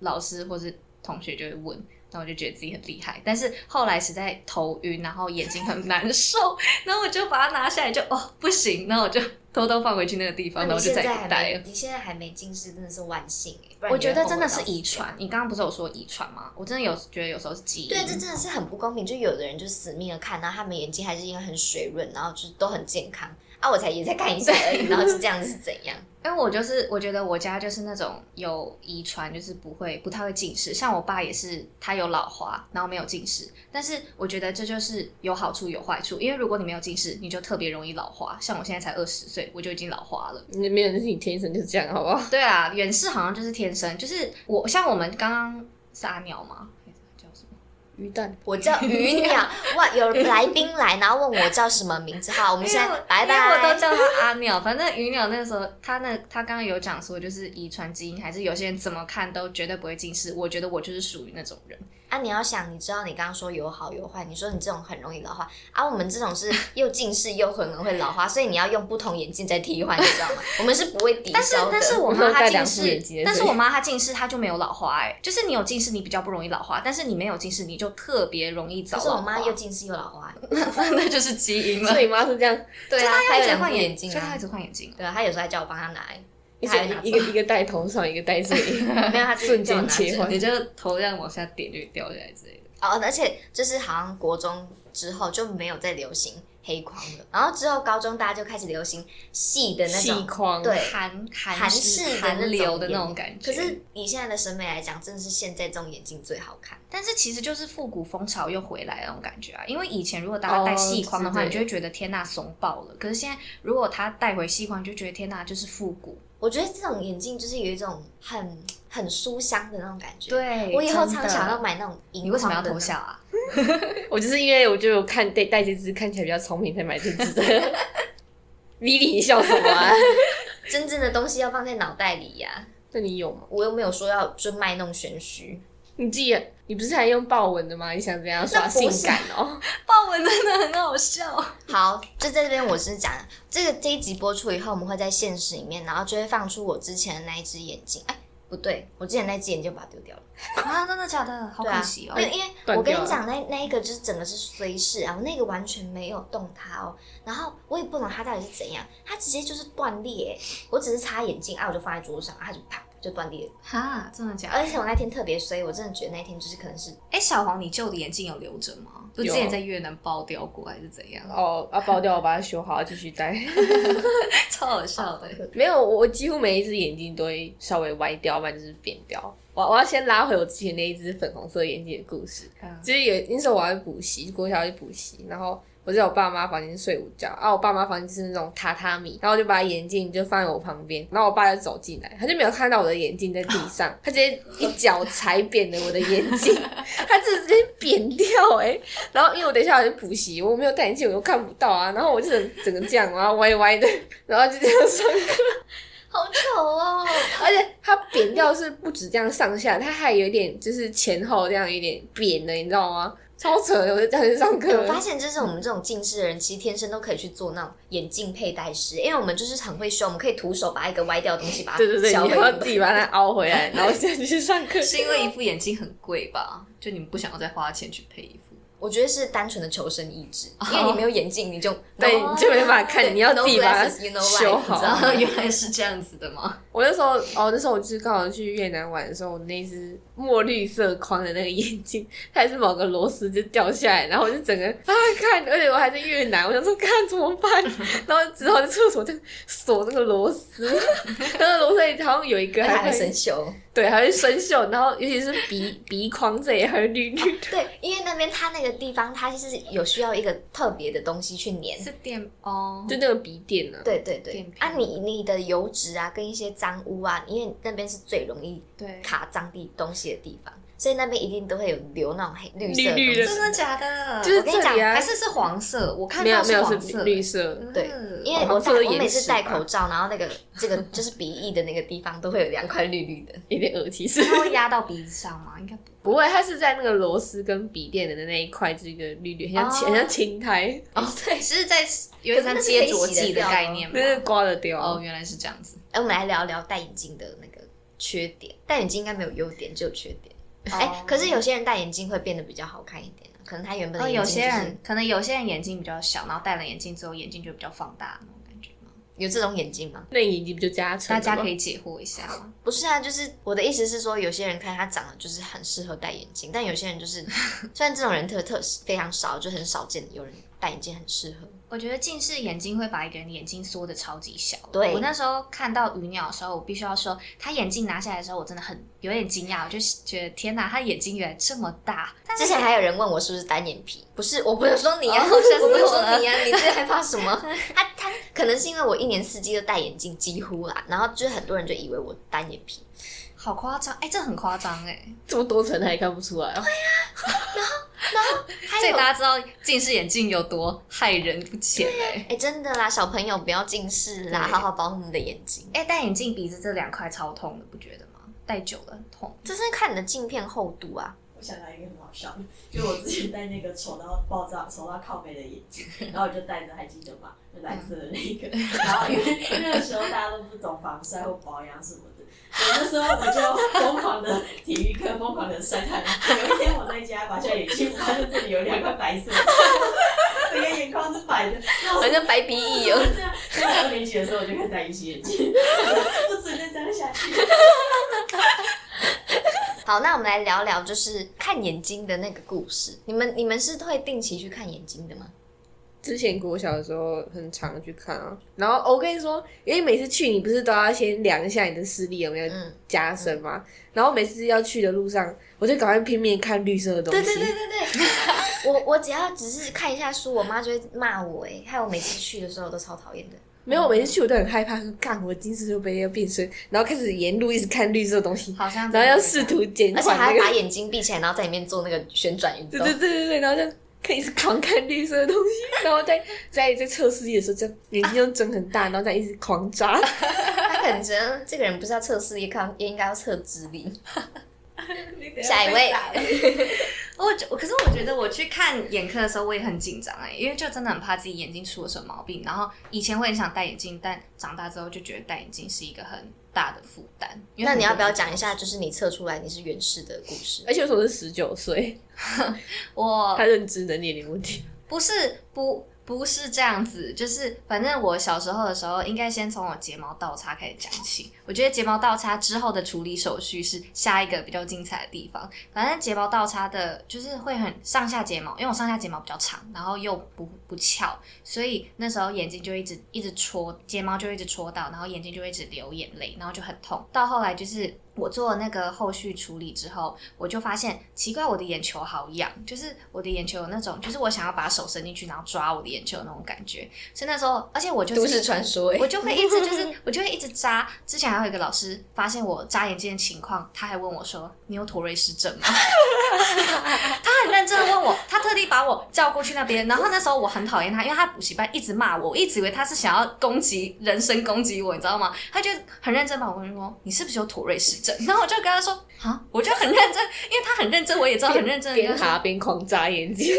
[SPEAKER 3] 老师或是同学就会问，然后我就觉得自己很厉害。但是后来实在头晕，然后眼睛很难受， 然后我就把它拿下来就，哦不行，然后我就 偷偷放回去那个地方，然
[SPEAKER 2] 那
[SPEAKER 3] 后
[SPEAKER 2] 你
[SPEAKER 3] 我就
[SPEAKER 2] 现
[SPEAKER 3] 再
[SPEAKER 2] 在
[SPEAKER 3] 也不
[SPEAKER 2] 还
[SPEAKER 3] 戴
[SPEAKER 2] 没
[SPEAKER 3] 了，。
[SPEAKER 2] 你现在还没近视，真的是万幸哎、不然
[SPEAKER 3] 我
[SPEAKER 2] 你会
[SPEAKER 3] 觉得
[SPEAKER 2] 后悔
[SPEAKER 3] 真的
[SPEAKER 2] 到
[SPEAKER 3] 是
[SPEAKER 2] 死
[SPEAKER 3] 遗传，你刚刚不是有说遗传吗？我真的有觉得有时候是基因。
[SPEAKER 2] 对，这真的是很不公平。就有的人就死命的看，然后他们眼睛还是因为很水润，然后就是都很健康。啊，我才也才看一下而已，然后就这样是怎样？
[SPEAKER 3] 因为我就是我觉得我家就是那种有遗传，就是不会不太会近视。像我爸也是，他有老花，然后没有近视。但是我觉得这就是有好处有坏处，因为如果你没有近视，你就特别容易老花。像我现在才二十岁，我就已经老花了。
[SPEAKER 1] 你没有，那是你天生就是这样，好不好？
[SPEAKER 3] 对啊，远视好像就是天生，就是我像我们刚刚是阿鸟吗？叫什么？
[SPEAKER 1] 鱼蛋，
[SPEAKER 2] 我叫鱼鸟哇！有来宾来，然后问我叫什么名字。好，我们现
[SPEAKER 3] 因为
[SPEAKER 2] 在
[SPEAKER 3] 我
[SPEAKER 2] 拜
[SPEAKER 3] 因为我都
[SPEAKER 2] 拜。
[SPEAKER 3] 叫他阿鸟。反正鱼鸟那个时候，他那他刚刚有讲说，就是遗传基因，还是有些人怎么看都绝对不会近视。我觉得我就是属于那种人。
[SPEAKER 2] 啊，你要想，你知道你刚刚说有好有坏，你说你这种很容易老花，啊，我们这种是又近视又很容易老花，所以你要用不同眼镜再替换，你知道吗？我们是不会抵
[SPEAKER 3] 但是
[SPEAKER 2] 消的。
[SPEAKER 3] 但是我
[SPEAKER 1] 我
[SPEAKER 3] 妈
[SPEAKER 1] 有
[SPEAKER 3] 她
[SPEAKER 1] 戴
[SPEAKER 3] 近
[SPEAKER 1] 两副眼镜
[SPEAKER 3] 视，但是我妈她近视她就没有老花哎、就是你有近视你比较不容易老花，但是你没有近视你就特别容易早
[SPEAKER 2] 可
[SPEAKER 3] 老
[SPEAKER 2] 是
[SPEAKER 3] 花。
[SPEAKER 2] 我妈 又近视又老花，
[SPEAKER 3] 那就是基因了
[SPEAKER 1] 所，以你妈是这样，
[SPEAKER 2] 对啊，她
[SPEAKER 3] 她一
[SPEAKER 2] 有
[SPEAKER 3] 直
[SPEAKER 2] 两
[SPEAKER 3] 换
[SPEAKER 2] 副眼
[SPEAKER 3] 眼
[SPEAKER 2] 镜
[SPEAKER 3] 所以她
[SPEAKER 2] 啊
[SPEAKER 3] 一，直换眼镜。
[SPEAKER 2] 对啊，她有时候还叫我帮她拿欸，
[SPEAKER 1] 一
[SPEAKER 2] 她还拿
[SPEAKER 1] 个
[SPEAKER 2] 走
[SPEAKER 1] 一个一个戴头上，一个戴这 里，
[SPEAKER 2] 没有，他自己
[SPEAKER 1] 瞬间
[SPEAKER 2] 就拿着
[SPEAKER 1] 切换
[SPEAKER 3] 你就头这样往下点就会掉下来之类的。
[SPEAKER 2] 哦，而且就是好像国中之后就没有再流行黑框了，然后之后高中大家就开始流行细的那
[SPEAKER 1] 细
[SPEAKER 2] 种。
[SPEAKER 1] 框，
[SPEAKER 2] 对
[SPEAKER 3] 韩
[SPEAKER 2] 韩
[SPEAKER 3] 韩
[SPEAKER 2] 式的
[SPEAKER 3] 式
[SPEAKER 2] 那
[SPEAKER 3] 韩流的那
[SPEAKER 2] 种
[SPEAKER 3] 种感觉。
[SPEAKER 2] 可是以现在的审美来讲，真的是现在这种眼镜最好看。
[SPEAKER 3] 但是其实就是复古风潮又回来那种感觉啊，因为以前如果大家戴
[SPEAKER 1] 哦
[SPEAKER 3] 细框的
[SPEAKER 1] 是
[SPEAKER 3] 话，
[SPEAKER 1] 的
[SPEAKER 3] 你就会觉得天呐怂爆了。可是现在如果他带回细框，你就觉得天呐就是复古。
[SPEAKER 2] 我觉得这种眼镜就是有一种很很书香的那种感觉。，
[SPEAKER 3] 对
[SPEAKER 2] 我以后
[SPEAKER 3] 真
[SPEAKER 2] 常
[SPEAKER 3] 的
[SPEAKER 2] 想要买那种银
[SPEAKER 3] 你为什么要
[SPEAKER 2] 框的
[SPEAKER 3] 偷
[SPEAKER 2] 那
[SPEAKER 3] 笑啊？
[SPEAKER 1] 我就是因为我觉得我看戴戴这只看起来比较聪明才买这只 的。Lily，你笑什么 啊？
[SPEAKER 2] 种真正的东西要放在脑袋里呀、
[SPEAKER 1] 那你有吗？
[SPEAKER 2] 我又没有说要就卖弄玄虚，
[SPEAKER 1] 你自己，你不是还用豹纹的吗？你想怎样耍
[SPEAKER 2] 那不
[SPEAKER 1] 性
[SPEAKER 2] 是
[SPEAKER 1] 感哦？
[SPEAKER 3] 豹纹真的很好笑。
[SPEAKER 2] 好，就在这边我是讲这个这一集播出以后，我们会在现实里面，然后就会放出我之前的那一只眼镜。哎，不对，我之前那只眼镜把它丢掉了，
[SPEAKER 3] 啊，真的假的？好
[SPEAKER 2] 对啊
[SPEAKER 3] 可惜哦。
[SPEAKER 2] 对，因为
[SPEAKER 1] 断
[SPEAKER 2] 我跟
[SPEAKER 1] 掉
[SPEAKER 2] 你
[SPEAKER 1] 了
[SPEAKER 2] 讲，那那一个就是整个是碎饰啊，我那个完全没有动它哦。然后我也不懂它到底是怎样，它直接就是断裂。欸我只是擦眼镜啊，我就放在桌上，它就啪就断裂了。
[SPEAKER 3] 哈，真的假的？
[SPEAKER 2] 而且我那天特别衰，我真的觉得那天就是可能是
[SPEAKER 3] 哎，小黄，你旧的眼镜有留着吗？不，之
[SPEAKER 1] 有
[SPEAKER 3] 前在越南爆掉过还是怎样？
[SPEAKER 1] 哦，啊，包掉，我把它修好，继续戴。
[SPEAKER 3] 超好笑的。
[SPEAKER 1] 没有，我几乎每一只眼睛都会稍微歪掉，不然就是扁掉。我我要先拉回我之前那一只粉红色眼镜的故事。
[SPEAKER 3] 嗯
[SPEAKER 1] 就是有那时候我还去补习，国小去补习，然后我在我爸妈房间睡午觉啊，我爸妈房间是那种榻榻米，然后我就把眼镜就放在我旁边，然后我爸就走进来，他就没有看到我的眼镜在地上，他直接一脚踩扁了我的眼镜， 他直接扁掉哎、欸然后因为我等一下要去补习，我没有戴眼镜，我又看不到啊，然后我就整整个这样，然后歪歪的，然后就这样上
[SPEAKER 2] 好丑 哦。
[SPEAKER 1] 而且它扁掉是不止这样上下，它还有一点就是前后这样有点扁的，你知道吗？超扯的！我就这样去上课
[SPEAKER 2] 欸我
[SPEAKER 1] 了，
[SPEAKER 2] 发现，就是我们这种近视的人，其实天生都可以去做那种眼镜佩戴师，因为我们就是很会修，我们可以徒手把一个歪掉的东西把它
[SPEAKER 1] 啊对对对，
[SPEAKER 2] 销
[SPEAKER 1] 你
[SPEAKER 2] 毁。
[SPEAKER 1] 要自己把它凹回来，然后再去上 课。
[SPEAKER 3] 是因为一副眼镜很贵吧？就你们不想要再花钱去配一副。
[SPEAKER 2] 我觉得是单纯的求生意 志，因为你没有眼镜，你就哦
[SPEAKER 1] 对，
[SPEAKER 2] No-
[SPEAKER 1] 你就没办法看，
[SPEAKER 2] 对
[SPEAKER 1] 你要自己把
[SPEAKER 2] no glasses, you know
[SPEAKER 1] 它
[SPEAKER 2] life，
[SPEAKER 1] 修
[SPEAKER 2] 你
[SPEAKER 1] 好
[SPEAKER 2] 知。道 吗
[SPEAKER 3] 原来是这样子的吗？
[SPEAKER 1] 我那时候，哦，那时候我就是刚好去越南玩的时候，我那只墨绿色框的那个眼镜，它还是某个螺丝就掉下来，然后我就整个啊看，而且我还在越南，我想说看怎么办，然后之后在厕所就锁那个螺 丝，那个螺丝里好像有一个
[SPEAKER 2] 而且还
[SPEAKER 1] 还
[SPEAKER 2] 会生
[SPEAKER 1] 会
[SPEAKER 2] 锈。
[SPEAKER 1] 对还会生锈，然后尤其是鼻鼻框这里还会绿绿的，
[SPEAKER 2] 对，因为那边它那个地方，它就是有需要一个特别的东西去粘。
[SPEAKER 3] 是电哦，
[SPEAKER 1] 就那个鼻垫呢、啊。
[SPEAKER 2] 对对对
[SPEAKER 3] 垫，片
[SPEAKER 2] 啊你，你的油脂啊，跟一些脏污啊，因为那边是最容易
[SPEAKER 3] 对
[SPEAKER 2] 卡脏地东西的地方，所以那边一定都会有留那种黑绿色
[SPEAKER 1] 绿绿
[SPEAKER 2] 的
[SPEAKER 1] 的
[SPEAKER 2] 东
[SPEAKER 3] 真
[SPEAKER 2] 西。
[SPEAKER 3] 的假的？
[SPEAKER 1] 就是
[SPEAKER 3] 呃我跟你讲
[SPEAKER 1] 这里啊
[SPEAKER 3] 还是是黄色，我看
[SPEAKER 1] 没有
[SPEAKER 3] 到
[SPEAKER 1] 没有
[SPEAKER 3] 黄
[SPEAKER 1] 是
[SPEAKER 3] 色，
[SPEAKER 1] 绿色，
[SPEAKER 2] 对
[SPEAKER 3] 嗯
[SPEAKER 2] 因为
[SPEAKER 1] 黄
[SPEAKER 2] 我
[SPEAKER 1] 色
[SPEAKER 2] 戴
[SPEAKER 1] 的
[SPEAKER 2] 我
[SPEAKER 1] 眼
[SPEAKER 2] 每次
[SPEAKER 1] 屎
[SPEAKER 2] 戴
[SPEAKER 1] 吧
[SPEAKER 2] 口罩，然后那个这个就是鼻翼的那个地方都会有两块绿绿的。
[SPEAKER 1] 有点恶心。是
[SPEAKER 3] 它会压到鼻子上吗？应该 不。
[SPEAKER 1] 不会，它是在那个螺丝跟笔垫的那一块，就是一个绿绿，很像、
[SPEAKER 3] 哦
[SPEAKER 1] 很像青苔，
[SPEAKER 3] 哦，对，是在有点像
[SPEAKER 2] 可是那
[SPEAKER 3] 接
[SPEAKER 2] 是可
[SPEAKER 3] 着
[SPEAKER 2] 以洗得
[SPEAKER 3] 剂的
[SPEAKER 2] 掉
[SPEAKER 3] 概
[SPEAKER 2] 吗
[SPEAKER 3] 念吗
[SPEAKER 1] 那？是刮得掉。
[SPEAKER 3] 哦，原来是这样子。
[SPEAKER 2] 哎，我们来聊聊戴眼镜的那个缺点。戴眼镜应该没有优点，只有缺点。哎、
[SPEAKER 3] 哦
[SPEAKER 2] 可是有些人戴眼镜会变得比较好看一点啊、可能他原本
[SPEAKER 3] 哦，
[SPEAKER 2] 的眼
[SPEAKER 3] 有
[SPEAKER 2] 睛、
[SPEAKER 3] 些
[SPEAKER 2] 就是
[SPEAKER 3] 人可能有些人眼睛比较小，然后戴了眼镜之后眼睛就比较放大那种感觉吗？
[SPEAKER 2] 有这种眼镜吗？
[SPEAKER 1] 那你眼睛不就加成
[SPEAKER 3] 大
[SPEAKER 1] 了吗？
[SPEAKER 3] 家可以解惑一下吗？
[SPEAKER 2] 不是啊，就是我的意思是说，有些人看他长得就是很适合戴眼镜，但有些人就是， 虽然这种人特特非常少，就很少见有人戴眼镜很适合。
[SPEAKER 3] 我觉得近视眼睛会把一个人的眼睛缩的超级小。
[SPEAKER 2] 对
[SPEAKER 3] 我那时候看到鱼鸟的时候，我必须要说，他眼镜拿下来的时候，我真的很有点惊讶，我就觉得天哪，他眼睛原来这么大。但
[SPEAKER 2] 之
[SPEAKER 3] 是
[SPEAKER 2] 前还有人问我是不是单眼皮，不是，我不是说你啊，
[SPEAKER 3] 哦
[SPEAKER 2] 我
[SPEAKER 3] 吓死
[SPEAKER 2] 不是
[SPEAKER 3] 我
[SPEAKER 2] 说
[SPEAKER 3] 了
[SPEAKER 2] 你啊，你最 害怕什么？啊，他可能是因为我一年四季都戴眼镜，几乎啦，然后就很多人就以为我单眼皮，
[SPEAKER 3] 好夸张，哎、这很夸张哎、
[SPEAKER 1] 这么多层还看不出来、哦。
[SPEAKER 2] 还
[SPEAKER 3] 所以
[SPEAKER 2] 有
[SPEAKER 3] 大家知道近视眼镜有多害人不浅哎、
[SPEAKER 2] 哎、真的啦，小朋友不要近视啦，
[SPEAKER 3] 对
[SPEAKER 2] 好好保护你的眼睛。
[SPEAKER 3] 哎、戴眼镜鼻子这两块超痛的，不觉得吗？戴久了很痛。
[SPEAKER 2] 这是看你的镜片厚度啊。
[SPEAKER 4] 我想到一个很好笑的，就我之前戴那个丑到爆炸、丑到靠背的眼镜，然后我就戴着，还记得吗？就蓝色的那个。然后因为因为那个时候大家都不懂防晒或保养什么的，我那时候我就疯狂的体育课，疯狂的晒太阳。有一天我在家拔下眼镜，发现这里有两块白色的，整个眼眶是白的。然后我
[SPEAKER 2] 好像白鼻翼哦，
[SPEAKER 4] 这样，所以我二年级的时候我就开始戴隐形眼镜，我只能这样下去。
[SPEAKER 2] 好，那我们来聊聊就是看眼睛的那个故事。你们你们是会定期去看眼睛的吗？
[SPEAKER 1] 之前国小的时候很常去看啊，然后、哦我跟你说，因为每次去你不是都要先量一下你的视力有没有
[SPEAKER 2] 嗯，
[SPEAKER 1] 加深吗？然后每次要去的路上，我就赶快拼命看绿色的东
[SPEAKER 2] 对
[SPEAKER 1] 西。
[SPEAKER 2] 对对对对， 我我只要只是看一下书，我妈就会骂我哎、害我每次去的时候都超讨厌的。
[SPEAKER 1] 没有，我每次去我都很害怕，说干我近视会不会要变深，然后开始沿路一直看绿色的东西，
[SPEAKER 3] 好像真
[SPEAKER 1] 然
[SPEAKER 3] 的
[SPEAKER 1] 后要
[SPEAKER 3] 会
[SPEAKER 1] 试图减
[SPEAKER 2] 而且
[SPEAKER 1] 缓
[SPEAKER 2] 还
[SPEAKER 1] 那
[SPEAKER 2] 要把。
[SPEAKER 1] 个
[SPEAKER 2] 眼睛闭起来，然后在里面做那个旋转运
[SPEAKER 1] 对
[SPEAKER 2] 动。
[SPEAKER 1] 对对对对，然后就可以一直狂看绿色的东 西，然后在在在测试力的时候，这样眼睛又睁很大，然后再一直狂眨。
[SPEAKER 2] 他可能觉得这个人不是要测视力，看也应该要测智力。
[SPEAKER 3] 看
[SPEAKER 2] 下一位，
[SPEAKER 3] 我觉我可是我觉得我去看眼科的时候我也很紧张哎，因为就真的很怕自己眼睛出了什么毛病。然后以前会很想戴眼镜，但长大之后就觉得戴眼镜是一个很大的负担。因为
[SPEAKER 2] 那你要
[SPEAKER 3] 很
[SPEAKER 2] 不
[SPEAKER 3] 多
[SPEAKER 2] 要
[SPEAKER 3] 人
[SPEAKER 2] 讲一下，就是你测出来你是远视的故事？
[SPEAKER 1] 而且我说我是十九岁，
[SPEAKER 3] 我
[SPEAKER 1] 他认知能力有点问题。
[SPEAKER 3] 不是不不是这样子，就是反正我小时候的时候，应该先从我睫毛倒插开始讲起。我觉得睫毛倒插之后的处理手续是下一个比较精彩的地方。反正睫毛倒插的，就是会很上下睫毛，因为我上下睫毛比较长，然后又不不翘，所以那时候眼睛就一直一直戳，睫毛就一直戳到，然后眼睛就一直流眼泪，然后就很痛。到后来就是我做了那个后续处理之后，我就发现奇怪，我的眼球好痒，就是我的眼球有那种，就是我想要把手伸进去，然后抓我的眼球的那种感觉。所以那时候，而且我就是
[SPEAKER 2] 都市传说哎、
[SPEAKER 3] 我就会一 直就是，我就会一直扎。之前还有一个老师发现我扎眼睛的情况，他还问我说：“你有妥瑞氏症 吗？”他很认真的问我，他特地把我叫过去那边。然后那时候我很讨厌他，因为他补习班一直骂我，我一直以为他是想要攻击、人身攻击我，你知道吗？他就很认真把我跟说：“你是不是有妥瑞氏症？” 然后我就跟他说：“啊，我就很认真，因为他很认真，我也
[SPEAKER 1] 哦
[SPEAKER 3] 知道很认真地
[SPEAKER 1] 边
[SPEAKER 3] 跟他
[SPEAKER 1] 爬
[SPEAKER 3] 说。
[SPEAKER 1] 边狂眨眼睛，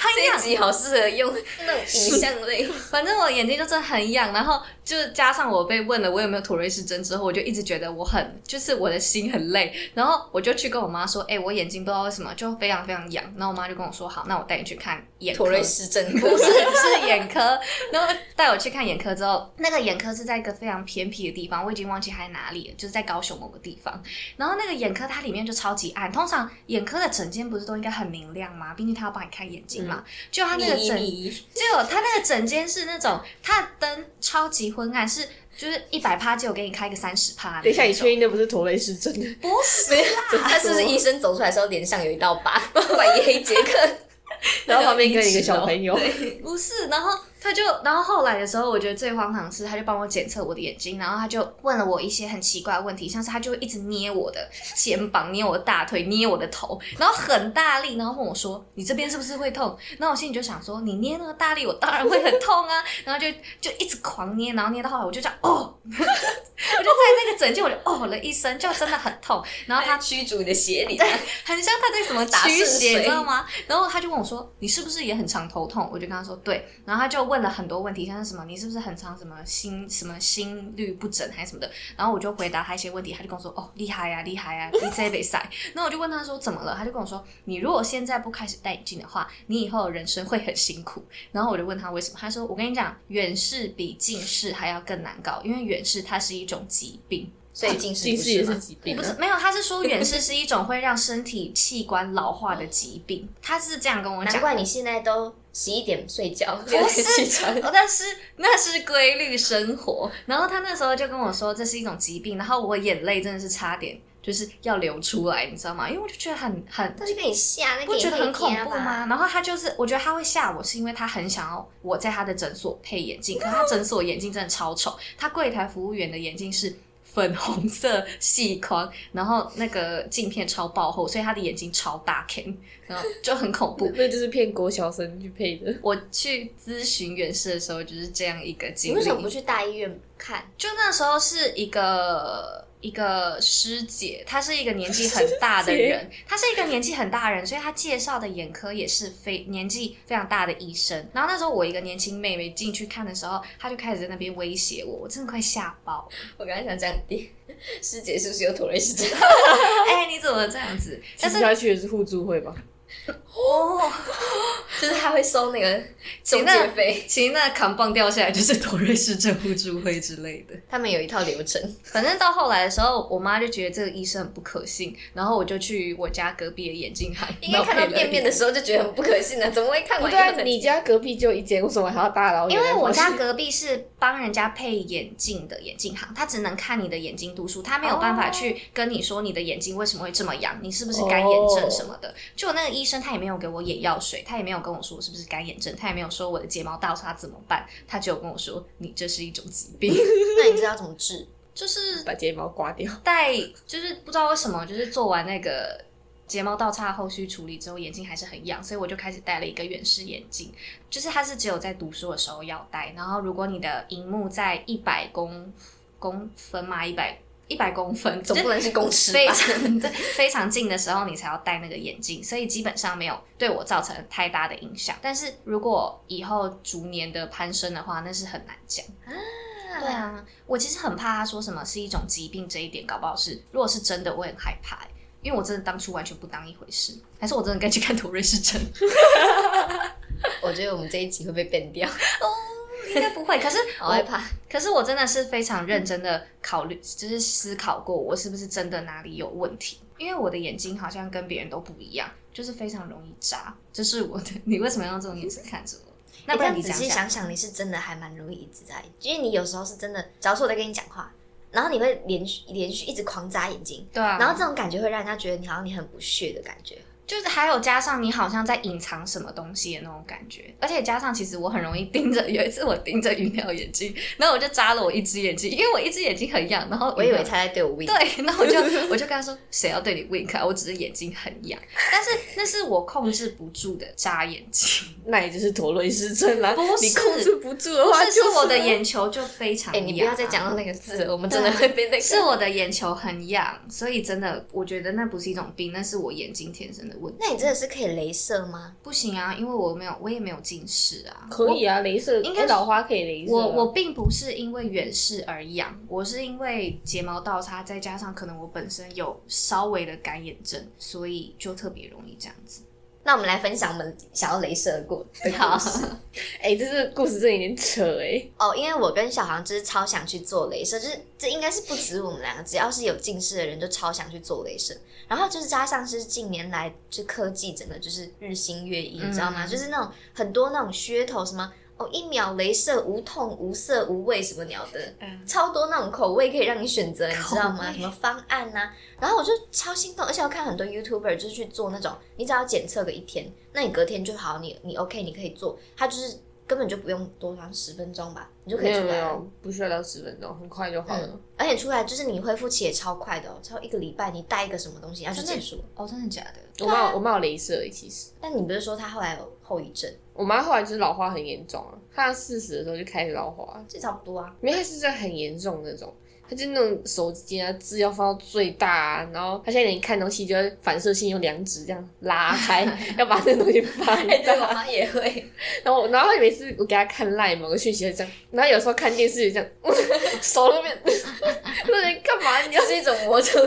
[SPEAKER 3] 他一
[SPEAKER 2] 这
[SPEAKER 3] 样
[SPEAKER 2] 一集好适合用那种影像类，
[SPEAKER 3] 反正我眼睛就真的很痒，然后就加上我被问了我有没有妥瑞氏症之后，我就一直觉得我很就是我的心很累，然后我就去跟我妈说，哎、我眼睛不知道为什么就非常非常痒，然后我妈就跟我说，好，那我带你去看眼科
[SPEAKER 2] 妥。瑞氏症
[SPEAKER 3] 不是，是眼科。然后带我去看眼科之后，那个眼科是在一个非常偏僻的地方，我已经忘记它在哪里了，就是在高雄某个地方。然后那个眼科它里面就超级暗，通常眼科的诊间不是都应该很明亮吗？毕竟它要帮你看眼睛嘛。
[SPEAKER 2] 嗯
[SPEAKER 3] 就啊它那个诊
[SPEAKER 2] 你
[SPEAKER 3] 就他那个整间是那种，他的灯超级昏暗，是就是一百趴，只有给你开个三十 趴。
[SPEAKER 1] 等一下，你确定那不是驼背是真 的？
[SPEAKER 3] 不是？
[SPEAKER 2] 他是不是医生走出来的时候脸上有一道疤？怪医黑杰克，
[SPEAKER 1] 然后旁边跟一个小朋 友，
[SPEAKER 3] 不是，然后他就，然后后来的时候，我觉得最荒唐的是，他就帮我检测我的眼睛，然后他就问了我一些很奇怪的问题，像是他就会一直捏我的肩膀、捏我的大腿、捏我的头，然后很大力，然后问我说：“你这边是不是会痛？”然后我心里就想说：“你捏那么大力，我当然会很痛啊！”然后就就一直狂捏，然后捏到后来我就这样哦， 我就在那个枕间我就哦了一声，就真的很痛。然后他
[SPEAKER 2] 他驱逐你的邪灵。
[SPEAKER 3] 很像他在什么
[SPEAKER 2] 打
[SPEAKER 3] 驱
[SPEAKER 2] 顺
[SPEAKER 3] 邪，
[SPEAKER 2] 水
[SPEAKER 3] 你知道吗？然后他就问我说：“你是不是也很常头痛？”我就跟他说：“对。”然后他就问了很多问题，像是什么你是不是很常什么心什么心律不整还是什么的。然后我就回答他一些问题，他就跟我说：“哦，厉害呀、厉害呀、你这被塞。”然后我就问他说：“怎么了？”他就跟我说：“你如果现在不开始戴眼镜的话，你以后的人生会很辛苦。”然后我就问他为什么，他说：“我跟你讲，远视比近视还要更难搞，因为远视它是一种疾病。”
[SPEAKER 2] 所以近视
[SPEAKER 1] 近
[SPEAKER 2] 不
[SPEAKER 1] 视也
[SPEAKER 2] 是
[SPEAKER 1] 是
[SPEAKER 2] 吗？
[SPEAKER 1] 疾
[SPEAKER 3] 我
[SPEAKER 1] 病
[SPEAKER 3] 不
[SPEAKER 1] 啊。
[SPEAKER 3] 是没有，他是说远视是一种会让身体器官老化的疾 病，他是这样跟我
[SPEAKER 2] 难
[SPEAKER 3] 讲。
[SPEAKER 2] 怪你现在都十一点睡觉，六点起床。
[SPEAKER 3] 哦，但是那是规律生活。然后他那时候就跟我说这是一种疾病，然后我眼泪真的是差点就是要流出来，你知道吗？因为我就觉得很很
[SPEAKER 2] 他就给你吓那个，
[SPEAKER 3] 不觉得很恐
[SPEAKER 2] 啊
[SPEAKER 3] 怖？吗？然后他就是，我觉得他会吓我，是因为他很想要我在他的诊所配眼镜，可是他诊所眼镜真的超丑，他柜台服务员的眼镜是。粉红色细框，然后那个镜片超爆厚，所以他的眼睛超大 K，然后就很恐 怖。
[SPEAKER 1] 那就是骗国小生去配的。
[SPEAKER 3] 我去咨询远视的时候就是这样一个经
[SPEAKER 2] 你
[SPEAKER 3] 历。
[SPEAKER 2] 为什么不去大医院看？
[SPEAKER 3] 就那时候是一个一个师姐，她是一个年纪很大的人，她是一个年纪很大的人，所以她介绍的眼科也是非年纪非常大的医生。然后那时候我一个年轻妹妹进去看的时候，她就开始在那边威胁我，我真的快吓 爆！
[SPEAKER 2] 我刚才想讲你师姐是不是有妥瑞氏症？
[SPEAKER 3] 哎、你怎么这样子？
[SPEAKER 1] 但
[SPEAKER 3] 但
[SPEAKER 1] 是
[SPEAKER 3] 是
[SPEAKER 1] 他去的是互助会吧？
[SPEAKER 3] 哦，
[SPEAKER 2] 就是他会收那个
[SPEAKER 3] 请
[SPEAKER 2] 中
[SPEAKER 3] 那
[SPEAKER 2] 介费，
[SPEAKER 3] 其实那扛棒掉下来就是投瑞氏症互助会之类的。
[SPEAKER 2] 他们有一套流程。
[SPEAKER 3] 反正到后来的时候，我妈就觉得这个医生很不可信，然后我就去我家隔壁的眼镜行，
[SPEAKER 2] 应该看到店面的
[SPEAKER 3] 时
[SPEAKER 2] 时候就觉得很不可信了，怎么会看
[SPEAKER 1] 不
[SPEAKER 2] 完
[SPEAKER 1] 对啊
[SPEAKER 2] 药，材
[SPEAKER 1] 你家隔壁就一间，为什么还要打扰？
[SPEAKER 3] 因为我家隔壁是帮人家配眼镜的眼镜行，他只能看你的眼睛度数，他没有办法去跟你说你的眼睛为什么会这么痒，你是不是干眼症什么的。就那个医生他也没有给我眼药水，他也没有跟我说我是不是干眼症，他也没有说我的睫毛倒插怎么办，他只有跟我说你这是一种疾病，
[SPEAKER 2] 那你知道怎么治？
[SPEAKER 3] 就是
[SPEAKER 1] 把睫毛刮掉，
[SPEAKER 3] 戴，就是不知道为什么，就是做完那个睫毛倒插后续处理之后，眼睛还是很痒，所以我就开始戴了一个远视眼镜。就是它是只有在读书的时候要戴，然后如果你的荧幕在一百公公分嘛，一百一百公分，
[SPEAKER 2] 总不能是公尺吧
[SPEAKER 3] 非常对非常近的时候，你才要戴那个眼镜，所以基本上没有对我造成太大的影响。但是如果以后逐年的攀升的话，那是很难讲。对啊，我其实很怕他说什么是一种疾病这一点，搞不好是如果是真的，我也很害怕、欸，因为我真的当初完全不当一回事，还是我真的该去看头瑞氏症？
[SPEAKER 2] 我觉得我们这一集会被变 掉，
[SPEAKER 3] 应该不会，可是
[SPEAKER 2] 好
[SPEAKER 3] 我
[SPEAKER 2] 害怕。
[SPEAKER 3] 可是我真的是非常认真的考虑，就是思考过我是不是真的哪里有问题，因为我的眼睛好像跟别人都不一样，就是非常容易扎。这、是我的，你为什么要用这种眼神看着我？那
[SPEAKER 2] 那
[SPEAKER 3] 不
[SPEAKER 2] 这
[SPEAKER 3] 然
[SPEAKER 2] 样
[SPEAKER 3] 你
[SPEAKER 2] 仔
[SPEAKER 3] 讲
[SPEAKER 2] 细
[SPEAKER 3] 讲
[SPEAKER 2] 想想，你是真的还蛮容易一直在，因为你有时候是真的，假如说我在跟你讲话，然后你会连续连续一直狂眨眼睛，
[SPEAKER 3] 对啊，
[SPEAKER 2] 然后这种感觉会让人家觉得你好像你很不屑的感觉。
[SPEAKER 3] 就是还有加上你好像在隐藏什么东西的那种感觉，而且加上其实我很容易盯着，有一次我盯着鱼鸟眼睛，然后我就扎了我一只眼睛，因为我一只眼睛很痒，然后
[SPEAKER 2] 我以
[SPEAKER 3] 鱼
[SPEAKER 2] 为
[SPEAKER 3] 鸟
[SPEAKER 2] 他在对我 wink，
[SPEAKER 3] 对，那我就我就跟他说，谁要对你 wink 啊？我只是眼睛很痒，但是那是我控制不住的眨眼睛，
[SPEAKER 1] 那也就是陀螺失症啦。
[SPEAKER 3] 不是
[SPEAKER 1] 你控制不住的
[SPEAKER 3] 不
[SPEAKER 1] 话，
[SPEAKER 3] 是
[SPEAKER 1] 就是是啊
[SPEAKER 3] 我的眼球就非常
[SPEAKER 2] 哎，
[SPEAKER 3] 痒、啊
[SPEAKER 2] 你不要再讲到。那个字了，我们真的会被 那个。
[SPEAKER 3] 是我的眼球很痒，所以真的，我觉得那不是一种病，那是我眼睛天生的问题。
[SPEAKER 2] 那你真的是可以镭射吗？
[SPEAKER 3] 不行啊，因为我没有，我也没有近视啊。
[SPEAKER 1] 可以啊，镭射
[SPEAKER 3] 应该
[SPEAKER 1] 哎老花可以镭射啊。
[SPEAKER 3] 我我并不是因为远视而痒，我是因为睫毛倒插，再加上可能我本身有稍微的干眼症，所以就特别容易这样子。
[SPEAKER 2] 那我们来分享我们想要镭射过 的故
[SPEAKER 3] 好
[SPEAKER 2] 事。
[SPEAKER 1] 哎，这是故事真的有点扯哎。
[SPEAKER 2] 哦，因为我跟小航就是超想去做镭射，就是这应该是不止我们两个，只要是有近视的人就超想去做镭射。然后就是加上是近年来就科技整个就是日新月异，你知道吗？
[SPEAKER 3] 嗯
[SPEAKER 2] 就是那种很多那种噱头，什么哦一秒镭射无痛无色无味什么鸟的，
[SPEAKER 3] 嗯，
[SPEAKER 2] 超多那种口味可以让你选择，你知道吗？
[SPEAKER 3] 口味
[SPEAKER 2] 什么方案呐、然后我就超心动，而且我看很多 YouTuber 就是去做那种，你只要检测个一天，那你隔天就好，你你 OK，你可以做，它就是根本就不用多长十分钟吧，你就可
[SPEAKER 1] 没
[SPEAKER 2] 以
[SPEAKER 1] 有
[SPEAKER 2] 出
[SPEAKER 1] 没
[SPEAKER 2] 来
[SPEAKER 3] 哦
[SPEAKER 2] 了。
[SPEAKER 1] 有，不需要到十分钟，很快就好了。
[SPEAKER 2] 而且出来就是你恢复期也超快的哦，超一个礼拜，你带一个什么东西，然后就
[SPEAKER 3] 真的
[SPEAKER 2] 结束了。
[SPEAKER 3] 哦，真的假的？
[SPEAKER 1] 我妈有我妈有镭射哎，其实
[SPEAKER 2] 但你不是说他后来有后遗症？
[SPEAKER 1] 我妈后来就是老花很严重啊，她四十的时候就开始老花，
[SPEAKER 2] 这差不多 啊。
[SPEAKER 1] 没有，他是在很严重的那种，他就那种手机啊字要放到最大、啊，然后他现在连看东西就会反射性用两指这样拉开，要把那个东西放
[SPEAKER 2] 哎啊
[SPEAKER 1] 大。
[SPEAKER 2] 妈也 会，
[SPEAKER 1] 然后我，然后每次我给他看赖某个讯息，就这样，然后有时候看电视也这样， 手那边， 那你干嘛？你要
[SPEAKER 2] 是一种魔咒。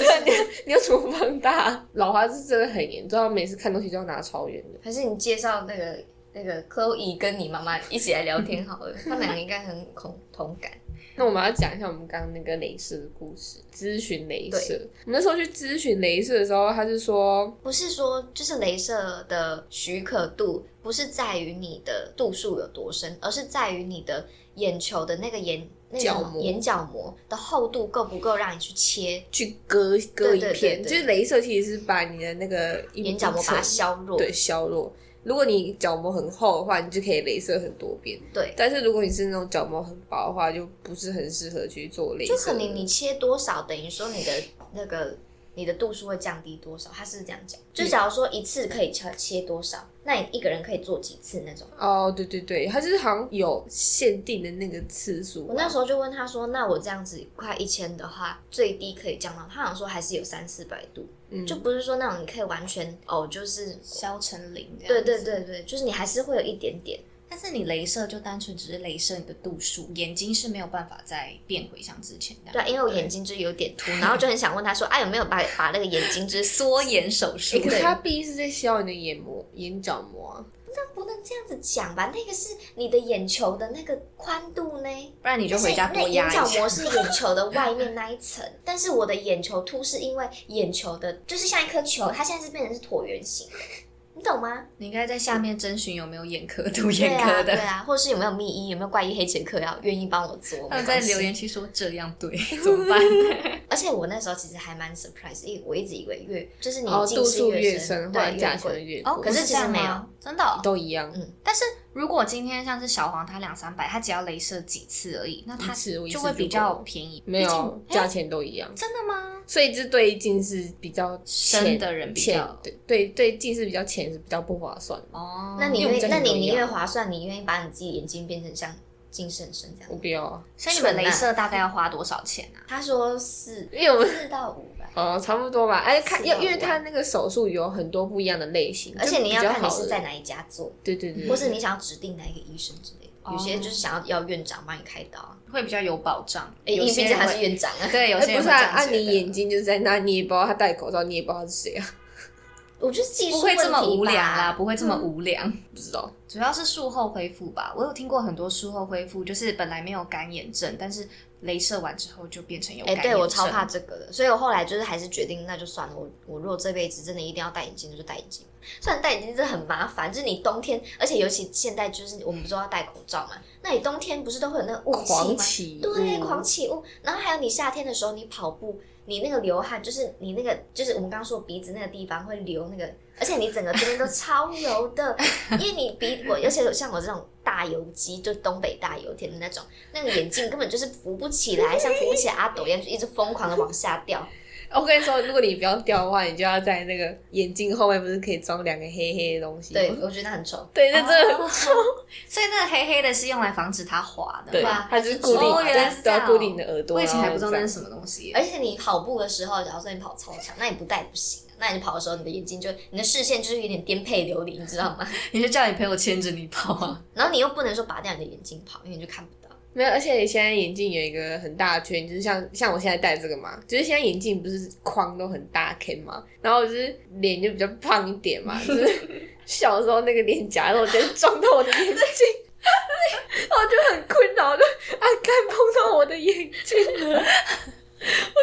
[SPEAKER 1] 你要怎么放大？老花是真的很严重，他每次看东西都要拿超远的。
[SPEAKER 2] 还是你介绍那个那个 Chloe 跟你妈妈一起来聊天好了，他们两个应该很同同感。
[SPEAKER 1] 那我们要讲一下我们刚刚那个镭射的故事，咨询镭射。我们那时候去咨询镭射的时候，他是说
[SPEAKER 2] 不是说就是镭射的许可度不是在于你的度数有多深，而是在于你的眼球的那个眼那个什么
[SPEAKER 1] 角膜
[SPEAKER 2] 眼角膜的厚度够不够让你去切
[SPEAKER 1] 去割割一
[SPEAKER 2] 对对对
[SPEAKER 1] 片，就
[SPEAKER 2] 对
[SPEAKER 1] 是镭射其实是把你的那个一
[SPEAKER 2] 眼角膜
[SPEAKER 1] 一
[SPEAKER 2] 把
[SPEAKER 1] 层
[SPEAKER 2] 它削弱。
[SPEAKER 1] 对削弱。如果你角膜很厚的话，你就可以镭射很多遍。
[SPEAKER 2] 对
[SPEAKER 1] 但是如果你是那种角膜很薄的话，就不是很适合去做镭射。
[SPEAKER 2] 就可能你切多少，等于说你的那个你的度数会降低多少，他是这样讲。就假如说一次可以切切多少，那你一个人可以做几次那种。
[SPEAKER 1] 哦，对对对，它就是好像有限定的那个次数吧。
[SPEAKER 2] 我那时候就问他说：“那我这样子快一千的话，最低可以降到？”他好像说还是有三四百度，
[SPEAKER 1] 嗯
[SPEAKER 2] 就不是说那种你可以完全哦，就是
[SPEAKER 3] 消成零。
[SPEAKER 2] 对对。对对，就是你还是会有一点点。
[SPEAKER 3] 但是你镭射就单纯只是镭射你的度数，眼睛是没有办法再变回像之前那
[SPEAKER 2] 对啊，
[SPEAKER 3] 样。
[SPEAKER 2] 因为我眼睛就是有点凸，然后就很想问他说：“ 啊，有没有把把那个眼睛就是缩
[SPEAKER 3] 缩眼手术
[SPEAKER 1] 诶，可是它毕竟是在削你的眼膜、眼角膜啊。
[SPEAKER 2] 那不能这样子讲吧？那个是你的眼球的那个宽度呢，
[SPEAKER 3] 不然你就回家
[SPEAKER 2] 那
[SPEAKER 3] 多
[SPEAKER 2] 眼
[SPEAKER 3] 压一
[SPEAKER 2] 角
[SPEAKER 3] 下。
[SPEAKER 2] 膜是眼球的外面那一层，但是我的眼球凸是因为眼球的，就是像一颗球，它现在是变成是椭圆形的，你懂吗？
[SPEAKER 3] 你应该在下面征询有没有眼科读
[SPEAKER 2] 对
[SPEAKER 3] 眼
[SPEAKER 2] 啊，
[SPEAKER 3] 科
[SPEAKER 2] 对
[SPEAKER 3] 的，
[SPEAKER 2] 啊，或者是有没有密医，有没有怪医黑杰克要愿意帮我做？没
[SPEAKER 3] 他们在
[SPEAKER 2] 关系
[SPEAKER 3] 留言区说这样 对，怎么办？
[SPEAKER 2] 而且我那时候其实还蛮 surprise，因为我一直以为越就是你
[SPEAKER 1] 哦
[SPEAKER 2] 近视
[SPEAKER 1] 度数越
[SPEAKER 2] 深，
[SPEAKER 1] 深
[SPEAKER 2] 对
[SPEAKER 1] 换价钱
[SPEAKER 2] 贵
[SPEAKER 1] 越贵
[SPEAKER 2] 哦，可是其实没有，真的哦、
[SPEAKER 1] 都一样。
[SPEAKER 2] 嗯，
[SPEAKER 3] 但是如果今天像是小黄，他两三百，他只要镭射几次而已，那他
[SPEAKER 1] 一次我一次
[SPEAKER 3] 就会比
[SPEAKER 1] 就够了
[SPEAKER 3] 较便宜。
[SPEAKER 1] 没
[SPEAKER 3] 毕
[SPEAKER 1] 有
[SPEAKER 3] 竟，
[SPEAKER 1] 价钱都一样，
[SPEAKER 3] 真的吗？
[SPEAKER 1] 所以这对近视比较浅
[SPEAKER 3] 深的人比
[SPEAKER 1] 浅
[SPEAKER 3] 较，
[SPEAKER 1] 对对对近视比较浅是比较不划算的。
[SPEAKER 3] 哦，
[SPEAKER 2] 那你
[SPEAKER 1] 因为我
[SPEAKER 2] 愿
[SPEAKER 1] 们
[SPEAKER 2] 那
[SPEAKER 1] 家庭
[SPEAKER 2] 你
[SPEAKER 1] 都
[SPEAKER 2] 宁
[SPEAKER 1] 一样
[SPEAKER 2] 愿划算，你愿意把你自己眼睛变成像近视很深这
[SPEAKER 1] 我
[SPEAKER 2] 样？
[SPEAKER 1] 不要啊，
[SPEAKER 3] 所以你们
[SPEAKER 2] 蠢啊
[SPEAKER 3] 镭射大概要花多少钱啊？
[SPEAKER 2] 他说四
[SPEAKER 1] 因为我们
[SPEAKER 2] 四到五吧，
[SPEAKER 1] 哦差不多吧，哎看
[SPEAKER 2] 是啊
[SPEAKER 1] 要因为它那个手术有很多不一样的类型，
[SPEAKER 2] 而且你要
[SPEAKER 1] 就比
[SPEAKER 2] 看
[SPEAKER 1] 较
[SPEAKER 2] 你
[SPEAKER 1] 好
[SPEAKER 2] 是
[SPEAKER 1] 的
[SPEAKER 2] 在哪一家做，
[SPEAKER 1] 对对对，
[SPEAKER 2] 或是你想要指定哪一个医生之类的。有些
[SPEAKER 3] 哦
[SPEAKER 2] 就是想要要院长帮你开刀啊，
[SPEAKER 3] 会比较有保障。
[SPEAKER 2] 哎因
[SPEAKER 3] 有
[SPEAKER 2] 为毕
[SPEAKER 3] 些
[SPEAKER 2] 竟
[SPEAKER 3] 人
[SPEAKER 2] 他是
[SPEAKER 3] 会
[SPEAKER 2] 院长 啊。
[SPEAKER 3] 对，有
[SPEAKER 1] 哎
[SPEAKER 3] 些
[SPEAKER 1] 不
[SPEAKER 3] 人
[SPEAKER 1] 是
[SPEAKER 3] 会
[SPEAKER 1] 啊
[SPEAKER 3] 这样
[SPEAKER 1] 啊
[SPEAKER 3] 觉得
[SPEAKER 1] 你眼睛就是在那，你也不知道他戴口罩，你也不知道他是谁啊，
[SPEAKER 2] 我觉得技术
[SPEAKER 3] 不会这么
[SPEAKER 2] 问题
[SPEAKER 3] 无
[SPEAKER 2] 吧嗯
[SPEAKER 3] 良啦，，不会这么无良。
[SPEAKER 1] 不知道。
[SPEAKER 3] 主要是术后恢复吧，我有听过很多术后恢复，就是本来没有干眼症，但是镭射完之后就变成有
[SPEAKER 2] 哎、
[SPEAKER 3] 干眼症。
[SPEAKER 2] 对我超怕这个的，所以我后来就是还是决定，那就算了。我我如果这辈子真的一定要戴眼镜，那就戴眼镜。虽然戴眼镜真的很麻烦，就是你冬天，而且尤其现在就是我们不是都要戴口罩嘛？那你冬天不是都会有那个雾气
[SPEAKER 1] 狂
[SPEAKER 2] 吗？
[SPEAKER 1] 起，
[SPEAKER 2] 对，
[SPEAKER 1] 嗯
[SPEAKER 2] 狂起雾。然后还有你夏天的时候，你跑步，你那个流汗，就是你那个就是我们刚刚说鼻子那个地方会流那个，而且你整个这边都超油的，因为你鼻我，而且像我这种大油肌，就东北大油田的那种，那个眼镜根本就是浮不起来，像浮不起来阿斗一样，就一直疯狂的往下掉。
[SPEAKER 1] 我跟你说，如果你不要掉的话，你就要在那个眼镜后面不是可以装两个黑黑的东西吗？
[SPEAKER 2] 对，我觉得很丑。
[SPEAKER 1] 对，那真的
[SPEAKER 3] 哦
[SPEAKER 1] 很
[SPEAKER 3] 所以那个黑黑的是用来防止它滑的。
[SPEAKER 1] 对
[SPEAKER 2] 哇，
[SPEAKER 1] 它就是固定，
[SPEAKER 3] 哦原来
[SPEAKER 1] 对
[SPEAKER 3] 是
[SPEAKER 1] 都
[SPEAKER 3] 这样哦
[SPEAKER 1] 要固定你的耳朵。
[SPEAKER 3] 我以前还不知道
[SPEAKER 2] 啊
[SPEAKER 1] 然
[SPEAKER 3] 那是
[SPEAKER 1] 后
[SPEAKER 3] 什么东西。
[SPEAKER 2] 而且你跑步的时候，假如说你跑操场，那你不戴不行啊、那你跑的时候，你的眼睛就你的视线就是有点颠沛流离，你知道吗？
[SPEAKER 3] 你就叫你朋友牵着你跑啊。
[SPEAKER 2] 然后你又不能说拔掉你的眼镜跑，因为你就看不到。
[SPEAKER 1] 没有，而且你现在眼镜有一个很大的缺点，就是像像我现在戴这个嘛，就是现在眼镜不是框都很大 K 嘛，然后我就是脸就比较胖一点嘛，就是小时候那个脸颊肉直接撞到我的眼镜， 然后我就很困扰，就啊，看碰到我的眼睛了，我就觉得 天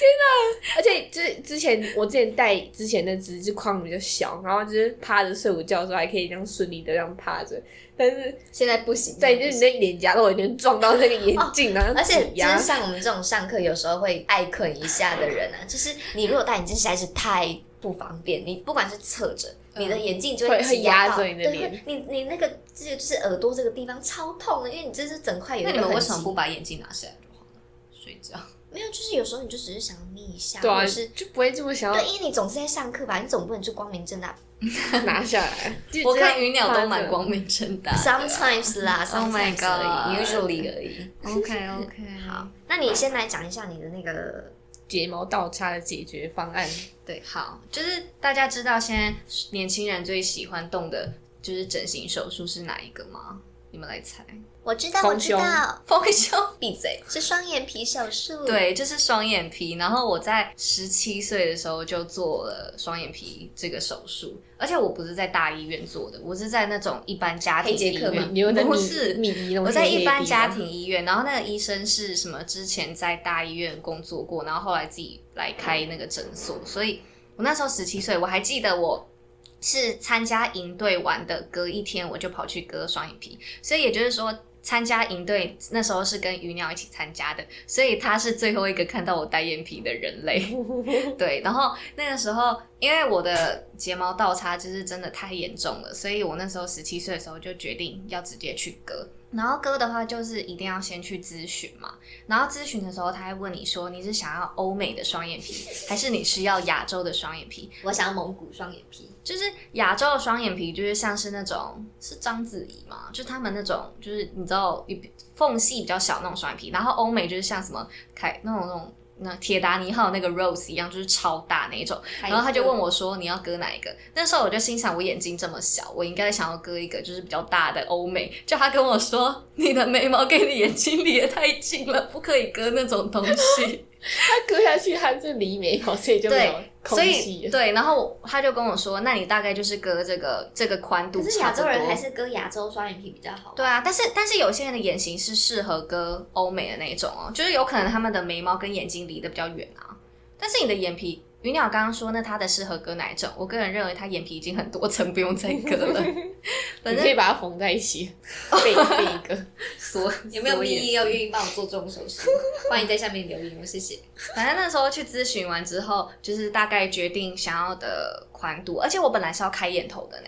[SPEAKER 1] 哪！而且就是之前我之前戴之前那只就框比较小，然后就是趴着睡午觉的时候还可以这样顺利的这样趴着，但是。
[SPEAKER 2] 现在不行，
[SPEAKER 1] 对，就是你的脸颊都有点撞到那个眼
[SPEAKER 3] 哦
[SPEAKER 1] 镜啊，
[SPEAKER 2] 而且就
[SPEAKER 1] 牙
[SPEAKER 2] 是像我们这种上课有时候会爱啃一下的人 啊，就是你如果戴眼镜实在是太不方便，你不管是侧着，
[SPEAKER 3] 嗯
[SPEAKER 2] 你的眼镜就
[SPEAKER 1] 会
[SPEAKER 2] 挤
[SPEAKER 1] 会压
[SPEAKER 2] 到
[SPEAKER 1] 着你的
[SPEAKER 2] 对
[SPEAKER 1] 脸
[SPEAKER 2] 会你你那个这个就是耳朵这个地方超痛的，因为你这是整块有
[SPEAKER 3] 那
[SPEAKER 2] 一
[SPEAKER 3] 你
[SPEAKER 2] 个
[SPEAKER 3] 们
[SPEAKER 2] 痕
[SPEAKER 3] 为什么
[SPEAKER 2] 迹。
[SPEAKER 3] 不把眼镜拿下来就好了？睡觉。
[SPEAKER 2] 没有，就是有时候你就只是想要眯一下，
[SPEAKER 1] 对
[SPEAKER 2] 或
[SPEAKER 1] 啊，
[SPEAKER 2] 者是
[SPEAKER 1] 就不会这么想
[SPEAKER 2] 对，
[SPEAKER 1] 要
[SPEAKER 2] 因为你总是在上课吧，你总不能就光明 正大。
[SPEAKER 1] 拿下来。就
[SPEAKER 3] 我
[SPEAKER 1] 这样
[SPEAKER 3] 看鱼鸟
[SPEAKER 1] 趴
[SPEAKER 3] 都
[SPEAKER 1] 着
[SPEAKER 3] 蛮。光明 正大的。
[SPEAKER 2] Sometimes 啦
[SPEAKER 3] Oh my
[SPEAKER 2] ，sometimes 而已
[SPEAKER 3] God
[SPEAKER 2] ，usually 而已。
[SPEAKER 3] OK OK，
[SPEAKER 1] 嗯
[SPEAKER 2] 好，，那你先来讲一下你的那个
[SPEAKER 1] 睫毛倒插的解决方案，
[SPEAKER 3] 对，好，就是大家知道现在年轻人最喜欢动的就是整形手术是哪一个吗？你们 来猜，
[SPEAKER 2] 我知道，
[SPEAKER 1] 丰
[SPEAKER 2] 我知道，
[SPEAKER 3] 丰胸。
[SPEAKER 2] 闭嘴，是双眼皮手术。，
[SPEAKER 3] 对，就是双眼皮。然后我在十七岁的时候就做了双眼皮这个手术，而且我不是在大医院做的，我是在那种一般家庭
[SPEAKER 2] 黑杰
[SPEAKER 3] 医
[SPEAKER 2] 克吗
[SPEAKER 3] 院，
[SPEAKER 1] 你又在
[SPEAKER 3] 不
[SPEAKER 1] 密
[SPEAKER 3] 是
[SPEAKER 1] 密医那种
[SPEAKER 3] 我在一般
[SPEAKER 1] 黑黑的地
[SPEAKER 3] 家
[SPEAKER 1] 方
[SPEAKER 3] 庭医院，然后那个医生是什么？之前在大医院工作过，然后后来自己来开那个诊所，所以我那时候十七岁，我还记得我是参加营队完的隔一天，我就跑去割双眼皮，所以也就是说。参加营队那时候是跟鱼鸟一起参加的，所以他是最后一个看到我单眼皮的人类。对，然后那个时候，因为我的睫毛倒插就是真的太严重了，所以我那时候十七岁的时候就决定要直接去割。然后割的话，就是一定要先去咨询嘛。然后咨询的时候，他会问你说你是想要欧美的双眼皮，还是你是要亚洲的双眼皮？
[SPEAKER 2] 我想要蒙古双眼皮。
[SPEAKER 3] 就是亚洲的双眼皮，就是像是那种是章子怡嘛，就他们那种就是你知道缝隙比较小那种双眼皮，然后欧美就是像什么凯那种那种那铁达尼号那个 Rose 一样，就是超大那一种。然后他就问我说：“你要割哪一个？”那时候我就心想，我眼睛这么小，我应该想要割一个就是比较大的欧美。就他 跟我说：“你的眉毛跟你眼睛离得太近了，不可以割那种东西。”
[SPEAKER 1] 它啊割下去，它就离眉毛，所以就没有
[SPEAKER 3] 对，
[SPEAKER 1] 空
[SPEAKER 3] 所
[SPEAKER 1] 气
[SPEAKER 3] 以
[SPEAKER 1] 了。
[SPEAKER 3] 对，然后他就跟我说，那你大概就是割这个这个宽度
[SPEAKER 2] 可是
[SPEAKER 3] 差
[SPEAKER 2] 亚
[SPEAKER 3] 不
[SPEAKER 2] 洲
[SPEAKER 3] 多。
[SPEAKER 2] 人还是割亚洲双眼皮比较好。
[SPEAKER 3] 对啊，但是但是有些人的眼型是适合割欧美的那一种哦，就是有可能他们的眉毛跟眼睛离得比较远啊。但是你的眼皮，鱼鸟刚刚说那它的适合割哪一种？我个人认为它眼皮已经很多层，不用再割 了。反
[SPEAKER 1] 你可以
[SPEAKER 3] 正
[SPEAKER 1] 把它缝在一起， 背背一个。
[SPEAKER 3] 所
[SPEAKER 2] 有没有
[SPEAKER 3] 所
[SPEAKER 2] 秘
[SPEAKER 3] 以
[SPEAKER 2] 医要愿意帮我做这种手 术？欢迎在下面留言哦，谢谢。
[SPEAKER 3] 反正那时候去咨询完之后，就是大概决定想要的宽度，而且我本来是要开眼头的呢，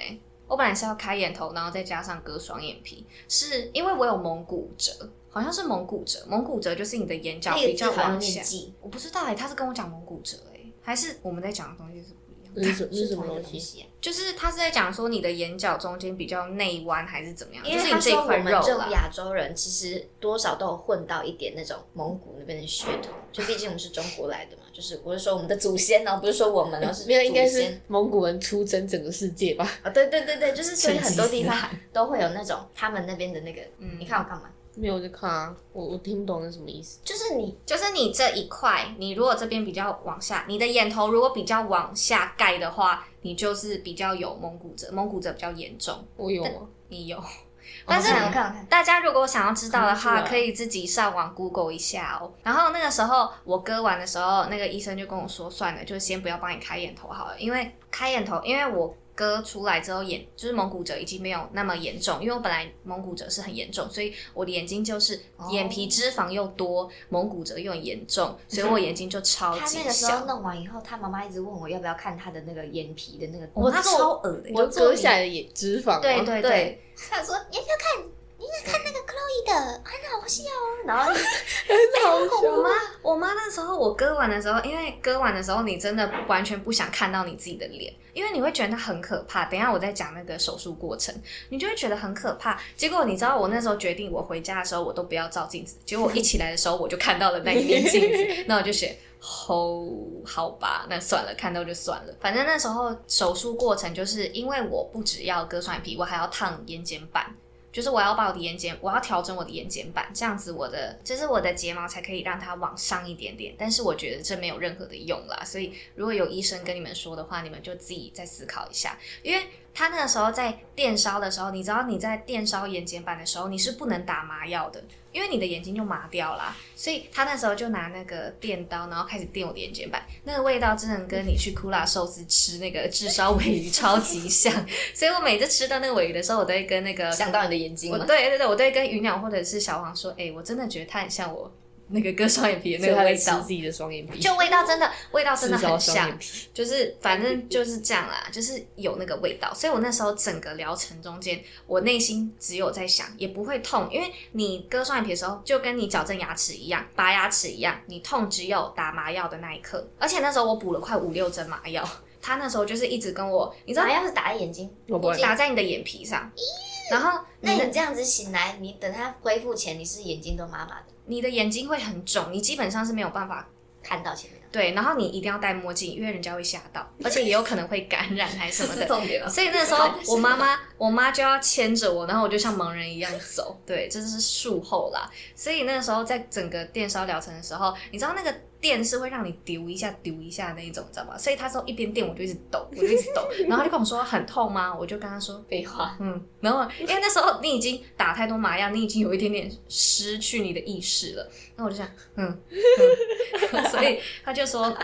[SPEAKER 3] 我本来是要开眼头，然后再加上割双眼皮，是因为我有蒙古褶，好像是蒙古褶，蒙古褶就是你的眼角
[SPEAKER 2] 那
[SPEAKER 3] 比
[SPEAKER 2] 个字
[SPEAKER 3] 较
[SPEAKER 2] 好像
[SPEAKER 3] 往
[SPEAKER 2] 念
[SPEAKER 3] 下，
[SPEAKER 2] 记，
[SPEAKER 3] 我不知道哎、他是跟我讲蒙古褶哎、还是我们在讲的东 西是不一样的，
[SPEAKER 1] 那是什那是什么
[SPEAKER 2] 同一个东
[SPEAKER 1] 东西？
[SPEAKER 2] 西啊？
[SPEAKER 3] 就是他是在讲说你的眼角中间比较内弯还是怎么样，
[SPEAKER 2] 因
[SPEAKER 3] 就
[SPEAKER 2] 为
[SPEAKER 3] 是
[SPEAKER 2] 他
[SPEAKER 3] 你这
[SPEAKER 2] 说
[SPEAKER 3] 一
[SPEAKER 2] 我
[SPEAKER 3] 块
[SPEAKER 2] 们
[SPEAKER 3] 肉
[SPEAKER 2] 这
[SPEAKER 3] 啦
[SPEAKER 2] 种。亚洲人其实多少都有混到一点那种蒙古那边的血统，就毕竟我们是中国来的嘛，就是我是说我们的祖先哦，不是说我们哦，是
[SPEAKER 1] 没有，应该
[SPEAKER 2] 祖
[SPEAKER 1] 是
[SPEAKER 2] 先
[SPEAKER 1] 蒙古人出征整个世界吧？
[SPEAKER 2] 啊，对对对对，就是所以很多地
[SPEAKER 3] 成 吉
[SPEAKER 2] 方都会有那种他们那边的那个，
[SPEAKER 3] 嗯
[SPEAKER 2] 你看我干嘛？
[SPEAKER 1] 没有，我就看啊，我我听不懂是什么意思。
[SPEAKER 2] 就是你
[SPEAKER 3] 就是你这一块，你如果这边比较往下，你的眼头如果比较往下盖的话，你就是比较有蒙古褶，蒙古褶比较严重。
[SPEAKER 1] 我有啊，
[SPEAKER 3] 你有，
[SPEAKER 2] 但
[SPEAKER 3] 但
[SPEAKER 2] 是
[SPEAKER 3] 是
[SPEAKER 2] 我看我看，
[SPEAKER 3] 大家如果想要知道的话，
[SPEAKER 2] 啊
[SPEAKER 1] 看不出来
[SPEAKER 3] 可以自己上网 Google 一下哦。然后那个时候我割完的时候，那个医生就跟我说，算了，就先不要帮你开眼头好了，因为开眼头，因为我。割出来之后眼就是蒙古褶已经没有那么严重，因为我本来蒙古褶是很严重，所以我的眼睛就是
[SPEAKER 2] 哦
[SPEAKER 3] 眼皮脂肪又多，蒙古褶又很严重，所以我眼睛就超
[SPEAKER 2] 他
[SPEAKER 3] 级
[SPEAKER 2] 那个时
[SPEAKER 3] 小
[SPEAKER 2] 候。弄完以后，他妈妈一直问我要不要看他的那个眼皮的那个，
[SPEAKER 3] 我
[SPEAKER 2] 他
[SPEAKER 3] 那
[SPEAKER 2] 说
[SPEAKER 3] 超恶的，
[SPEAKER 1] 我
[SPEAKER 3] 就
[SPEAKER 1] 割下来的也脂肪、啊。
[SPEAKER 3] 对对对，
[SPEAKER 2] 他说你要不要看？你要不要看那个 Chloe 的，很好笑哦。然后
[SPEAKER 1] 好笑
[SPEAKER 3] 我妈，我妈那时候我割完的时候，因为割完的时候你真的完全不想看到你自己的脸，因为你会觉得很可怕。等一下我再讲那个手术过程，你就会觉得很可怕。结果你知道我那时候决定，我回家的时候我都不要照镜子。结果我一起来的时候，我就看到了那一面镜子，那我就写。哦，好吧，那算了，看到就算了。反正那时候手术过程就是因为我不只要割双眼皮，我还要烫眼睑板，就是我要把我的眼睑，我要调整我的眼睑板，这样子我的就是我的睫毛才可以让它往上一点点。但是我觉得这没有任何的用啦，所以如果有医生跟你们说的话，你们就自己再思考一下，因为他那个时候在电烧的时候，你知道你在电烧眼睑板的时候，你是不能打麻药的，因为你的眼睛就麻掉啦。所以他那时候就拿那个电刀，然后开始电我的眼睑板，那个味道真的跟你去库拉寿司吃那个炙烧尾鱼超级像。 所以我每次吃到那个尾鱼的时候，我都会跟那个
[SPEAKER 2] 呃想到你的眼睛
[SPEAKER 3] 我
[SPEAKER 2] 了，
[SPEAKER 3] 对对对，我都会跟鱼鸟或者是小黄说，哎、我真的觉得它很像我那个割双眼皮
[SPEAKER 1] 所
[SPEAKER 3] 的那
[SPEAKER 1] 以
[SPEAKER 3] 个
[SPEAKER 1] 他在
[SPEAKER 3] 味
[SPEAKER 1] 吃
[SPEAKER 3] 道
[SPEAKER 1] 自，己的双眼皮，
[SPEAKER 3] 就味道真的味道真的
[SPEAKER 1] 吃烧
[SPEAKER 3] 很
[SPEAKER 1] 双眼
[SPEAKER 3] 像，
[SPEAKER 1] 皮。
[SPEAKER 3] 就是反正就是这样啦，就是有那个味道。所以我那时候整个疗程中间，我内心只有在想，也不会痛，因为你割双眼皮的时候，就跟你矫正牙齿一样，拔牙齿一样，你痛只有打麻药的那一刻。而且那时候我补了快五六针麻药，他那时候就是一直跟我，你知道
[SPEAKER 1] 哎
[SPEAKER 2] 麻药是打在眼睛。
[SPEAKER 1] 我不会，
[SPEAKER 3] 打在你的眼皮上，然后
[SPEAKER 2] 那
[SPEAKER 3] 你的
[SPEAKER 2] 你这样子醒来，你等他恢复前，你是眼睛都麻麻的，
[SPEAKER 3] 你的眼睛会很肿，你基本上是没有办法
[SPEAKER 2] 看到前面的，
[SPEAKER 3] 对，然后你一定要戴墨镜，因为人家会吓到，而且也有可能会感染还 是什么的。
[SPEAKER 2] 重点了
[SPEAKER 3] 所以那时候我妈妈，我妈就要牵着我，然后我就像盲人一样走。对，这是术后啦。所以那时候在整个电烧疗程的时候，你知道那个电是会让你丢一下丢一下那一种，你知道吗？所以他说一边电我就一直抖，我就一直抖，然后他就跟我说很痛吗？我就跟他说
[SPEAKER 1] 废话，
[SPEAKER 3] 嗯，然后因为那时候你已经打太多麻药，你已经有一点点失去你的意识了。那我就想，嗯，嗯 所以他就说。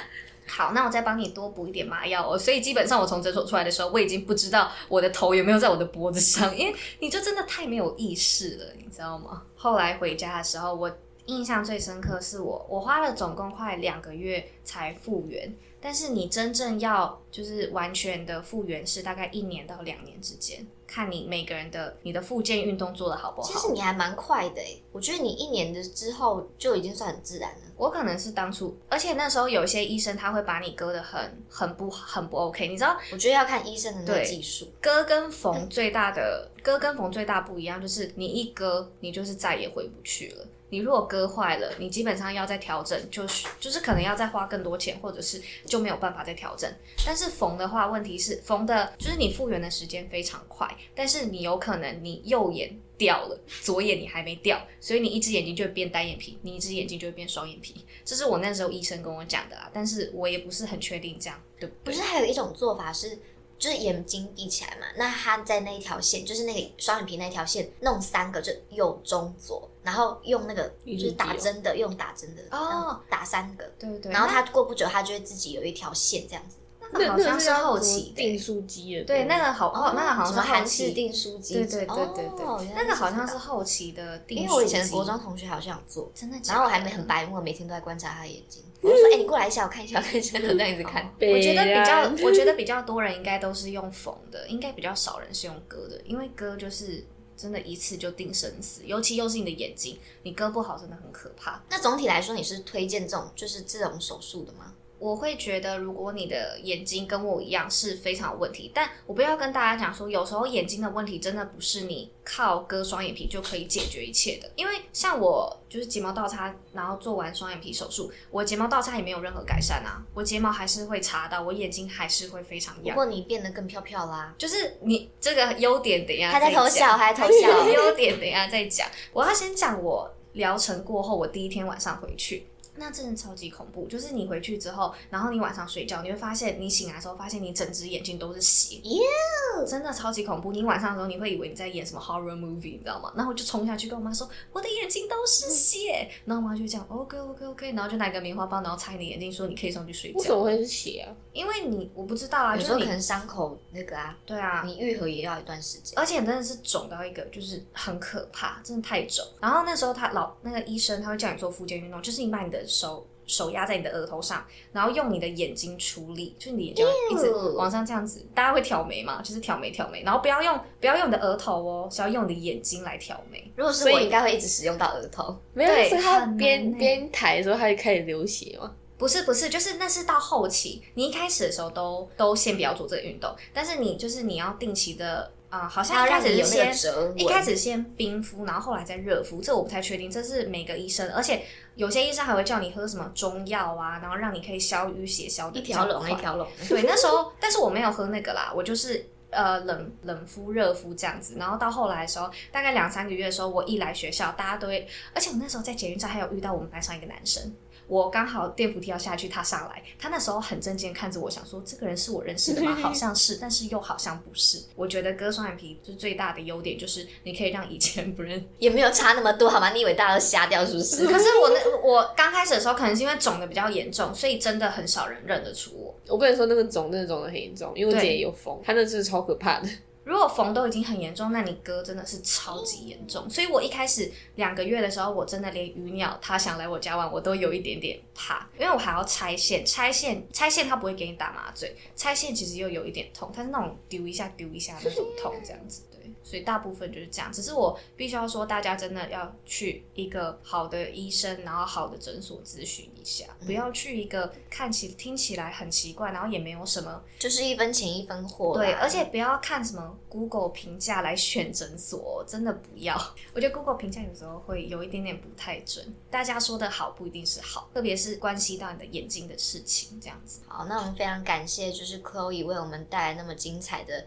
[SPEAKER 3] 好，那我再帮你多补一点麻药哦。所以基本上我从诊所出来的时候，我已经不知道我的头有没有在我的脖子上， 因为你就真的太没有意识了，你知道吗？后来回家的时候，我印象最深刻是我，我花了总共快两个月才复原，但是你真正要就是完全的复原是大概一年到两年之间，看你每个人的你的复健运动做的好不好。
[SPEAKER 2] 其实你还蛮快的诶，我觉得你一年的之后就已经算很自然了。
[SPEAKER 3] 我可能是当初，而且那时候有一些医生他会把你割的很很不很不 OK，你知道
[SPEAKER 2] 我觉得要看医生的那个
[SPEAKER 3] 对
[SPEAKER 2] 技术，
[SPEAKER 3] 割跟缝最大的割跟缝最大不一样，就是你一割你就是再也回不去了。你如果割坏了，你基本上要再调整，就是就是可能要再花更多钱，或者是就没有办法再调整。但是缝的话，问题是缝的，就是你复原的时间非常快，来，但是你有可能你右眼掉了，左眼你还没掉，所以你一只眼睛就会变单眼皮，你一只眼睛就会变双眼皮。这是我那时候医生跟我讲的啦，啊但是我也不是很确定这样对不
[SPEAKER 2] 不
[SPEAKER 3] 对？
[SPEAKER 2] 是还有一种做法是，就是眼睛闭起来嘛，那它在那一条线，就是那个双眼皮那条线弄三个，就右中左，然后用那个
[SPEAKER 1] 嗯
[SPEAKER 2] 就是打针的，用打针的
[SPEAKER 3] 哦，
[SPEAKER 2] 打三个，
[SPEAKER 3] 对对对，
[SPEAKER 2] 然后它过不久它就会自己有一条线这样子。
[SPEAKER 3] 那个好像是后期的、
[SPEAKER 1] 订书机的，欸
[SPEAKER 3] 对，那个好
[SPEAKER 2] 哦
[SPEAKER 3] 哦，那个好像
[SPEAKER 2] 什
[SPEAKER 3] 是
[SPEAKER 2] 么
[SPEAKER 3] 后
[SPEAKER 2] 韩式
[SPEAKER 3] 期，
[SPEAKER 2] 订书机，
[SPEAKER 3] 对对对对对，
[SPEAKER 2] 哦原来
[SPEAKER 3] 那个好像
[SPEAKER 2] 这
[SPEAKER 3] 是
[SPEAKER 2] 样
[SPEAKER 3] 后期的定。
[SPEAKER 2] 因为我以前的国中同学好像有做。
[SPEAKER 3] 真的假的，
[SPEAKER 2] 然后我还没很白目，我每天都在观察他的眼睛。我就说：“哎、你过来一下，我看一下，我看一下，我这样一直看。
[SPEAKER 3] 我觉得
[SPEAKER 1] 北
[SPEAKER 3] 比较，
[SPEAKER 1] 兰
[SPEAKER 3] 我觉得比较多人应该都是用缝的，应该比较少人是用割的，因为割就是真的一次就定生死，尤其又是你的眼睛，你割不好真的很可怕。
[SPEAKER 2] 那总体来说，你是推荐这种就是这种手术的吗？
[SPEAKER 3] 我会觉得，如果你的眼睛跟我一样是非常有问题，但我不要跟大家讲说，有时候眼睛的问题真的不是你靠割双眼皮就可以解决一切的。因为像我就是睫毛倒插，然后做完双眼皮手术，我睫毛倒插也没有任何改善啊，我睫毛还是会插到，我眼睛还是会非常
[SPEAKER 2] 不
[SPEAKER 3] 痒。
[SPEAKER 2] 过你变得更飘飘啦。
[SPEAKER 3] 就是你这个优点，等一下
[SPEAKER 2] 还在
[SPEAKER 3] 再讲
[SPEAKER 2] 偷笑还在 偷笑
[SPEAKER 3] 优点等一下再讲。我要先讲我疗程过后，我第一天晚上回去，那真的超级恐怖。就是你回去之后，然后你晚上睡觉，你会发现你醒来之后，发现你整只眼睛都是血
[SPEAKER 2] Ew
[SPEAKER 3] 真的超级恐怖。你晚上的时候，你会以为你在演什么 horror movie，你知道吗？然后我就冲下去跟我妈说，我的眼睛都
[SPEAKER 2] 嗯
[SPEAKER 3] 是血。然后我妈就讲 OK OK OK，然后就拿一个棉花棒，然后擦你的眼睛，说你可以送去睡
[SPEAKER 1] 为什
[SPEAKER 3] 觉。
[SPEAKER 1] 么会是血啊？
[SPEAKER 3] 因为你我不知道啊，
[SPEAKER 2] 有
[SPEAKER 3] 就
[SPEAKER 2] 时候
[SPEAKER 3] 是
[SPEAKER 2] 可
[SPEAKER 3] 你
[SPEAKER 2] 能伤口那个啊，
[SPEAKER 3] 对啊，
[SPEAKER 2] 你愈合也要一段时间。
[SPEAKER 3] 而且真的是肿到一个就是很可怕，真的太肿。然后那时候他老那个医生他会叫你做复健运动，就是你把你的手手压在你的额头上，然后用你的眼睛出力，就是你的眼睛要一直往上这样子。大家会挑眉嘛，就是挑眉挑眉，然后不要用不要用你的额头哦，是要用你的眼睛来挑眉。
[SPEAKER 2] 如果是
[SPEAKER 1] 所以
[SPEAKER 2] 我，应该会一直使用到额头。
[SPEAKER 1] 没有，
[SPEAKER 3] 对
[SPEAKER 1] 是他
[SPEAKER 3] 很
[SPEAKER 1] 边
[SPEAKER 3] 难欸
[SPEAKER 1] 边抬的时候，他就开始流血嘛。
[SPEAKER 3] 不是不是，就是那是到后期，你一开始的时候都都先不要做这个运动，但是你就是你要定期的啊、呃好像
[SPEAKER 2] 它
[SPEAKER 3] 一
[SPEAKER 2] 要
[SPEAKER 3] 开
[SPEAKER 2] 让
[SPEAKER 3] 始
[SPEAKER 2] 你
[SPEAKER 3] 是
[SPEAKER 2] 有那个
[SPEAKER 3] 先
[SPEAKER 2] 折纹。
[SPEAKER 3] 一开始先冰敷，然后后来再热敷，这我不太确定，这是每个医生，而且有些医生还会叫你喝什么中药啊，然后让你可以消淤血消的
[SPEAKER 2] 一条龙，一。条龙。
[SPEAKER 3] 对，那时候，但是我没有喝那个啦，我就是呃冷冷敷、热敷这样子。然后到后来的时候，大概两三个月的时候，我一来学校，大家都会，而且我那时候在捷运站还有遇到我们班上一个男生。我刚好电扶梯要下去，他上来，他那时候很震惊看着我，想说这个人是我认识的吗？好像是，但是又好像不是。我觉得割双眼皮就是最大的优点，就是你可以让以前不 认
[SPEAKER 2] 也没有差那么多，好吗？你以为大家都瞎掉是不 是？
[SPEAKER 3] 可是我那我刚开始的时候，可能是因为肿的比较严重，所以真的很少人认得出我。
[SPEAKER 1] 我跟你说，那个肿真的肿的很严重，因为我
[SPEAKER 3] 对
[SPEAKER 1] 姐也有缝，她那真的超可怕的。
[SPEAKER 3] 如果缝都已经很严重，那你割真的是超级严重。所以我一开始两个月的时候，我真的连鱼鸟它想来我家玩，我都有一点点怕，因为我还要拆线，拆线拆线它不会给你打麻醉，拆线其实又有一点痛，它是那种丢一下丢一下那种痛这样子。对，所以大部分就是这样。只是我必须要说，大家真的要去一个好的医生，然后好的诊所咨询一下，不要去一个看起听起来很奇怪，然后也没有什么
[SPEAKER 2] 就是一分钱一分货啦。
[SPEAKER 3] 对，而且不要看什么 Google 评价来选诊所，真的不要。 我觉得 Google 评价有时候会有一点点不太准，大家说的好不一定是好，特别是关系到你的眼睛的事情，这样子。
[SPEAKER 2] 好，那我们非常感谢，就是 Chloe 为我们带来那么精彩的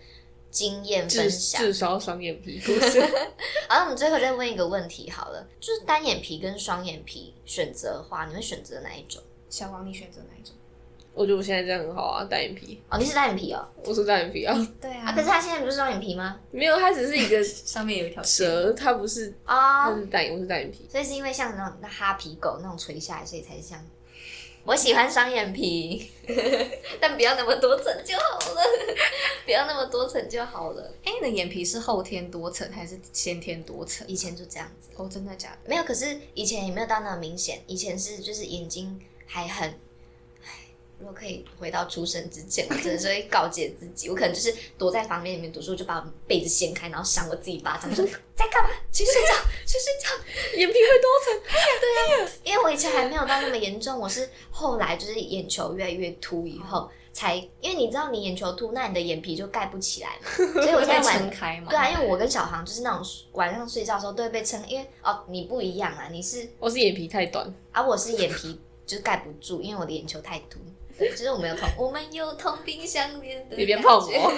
[SPEAKER 2] 经验分享。
[SPEAKER 1] 至少双眼皮故事，
[SPEAKER 2] 好，那我们最后再问一个问题好了，就是单眼皮跟双眼皮选择的话，你会选择哪一种？
[SPEAKER 3] 小王，你选择哪一种？
[SPEAKER 1] 我觉得我现在这样很好啊，单眼皮，
[SPEAKER 2] 哦，你是单眼皮哦，
[SPEAKER 1] 我是单眼皮啊，
[SPEAKER 3] 对啊，
[SPEAKER 2] 啊，可是他现在不是双眼皮吗？
[SPEAKER 1] 没有，它只是一个
[SPEAKER 3] 上面有一条线。
[SPEAKER 1] 蛇，它不是，
[SPEAKER 2] 哦
[SPEAKER 1] 它，是单眼，我是单眼皮。
[SPEAKER 2] 所以是因为像那种那哈皮狗那种垂下来，所以才像。我喜欢双眼皮， 但不要那么多层就好了， 不要那么多层就好了。
[SPEAKER 3] 哎、你的眼皮是后天多层还是先天多层？
[SPEAKER 2] 以前就这样子，
[SPEAKER 3] 哦，真的假的？
[SPEAKER 2] 没有，可是以前也没有到那么明显，以前是就是眼睛还很。唉如果可以回到出生之前，我真的是会告诫自己，我可能就是躲在房间里面读书，就把我被子掀开，然后扇我自己巴掌，说 在干嘛？去睡觉，去睡觉。
[SPEAKER 1] 眼皮会多层，
[SPEAKER 2] 因为我以前还没有到那么严重，我是后来就是眼球越来越凸以后才，因为你知道你眼球凸，那你的眼皮就盖不起来嘛， 所以我现在
[SPEAKER 3] 会
[SPEAKER 2] 晚
[SPEAKER 3] 撑开吗？
[SPEAKER 2] 对啊，因为我跟小航就是那种晚上睡觉的时候都会被撑，因为哦你不一样啊，你是
[SPEAKER 1] 我是眼皮太短，
[SPEAKER 2] 啊我是眼皮就盖不住，因为我的眼球太凸，对，就是我们有同，我们有同病相怜的。
[SPEAKER 3] 你别碰我！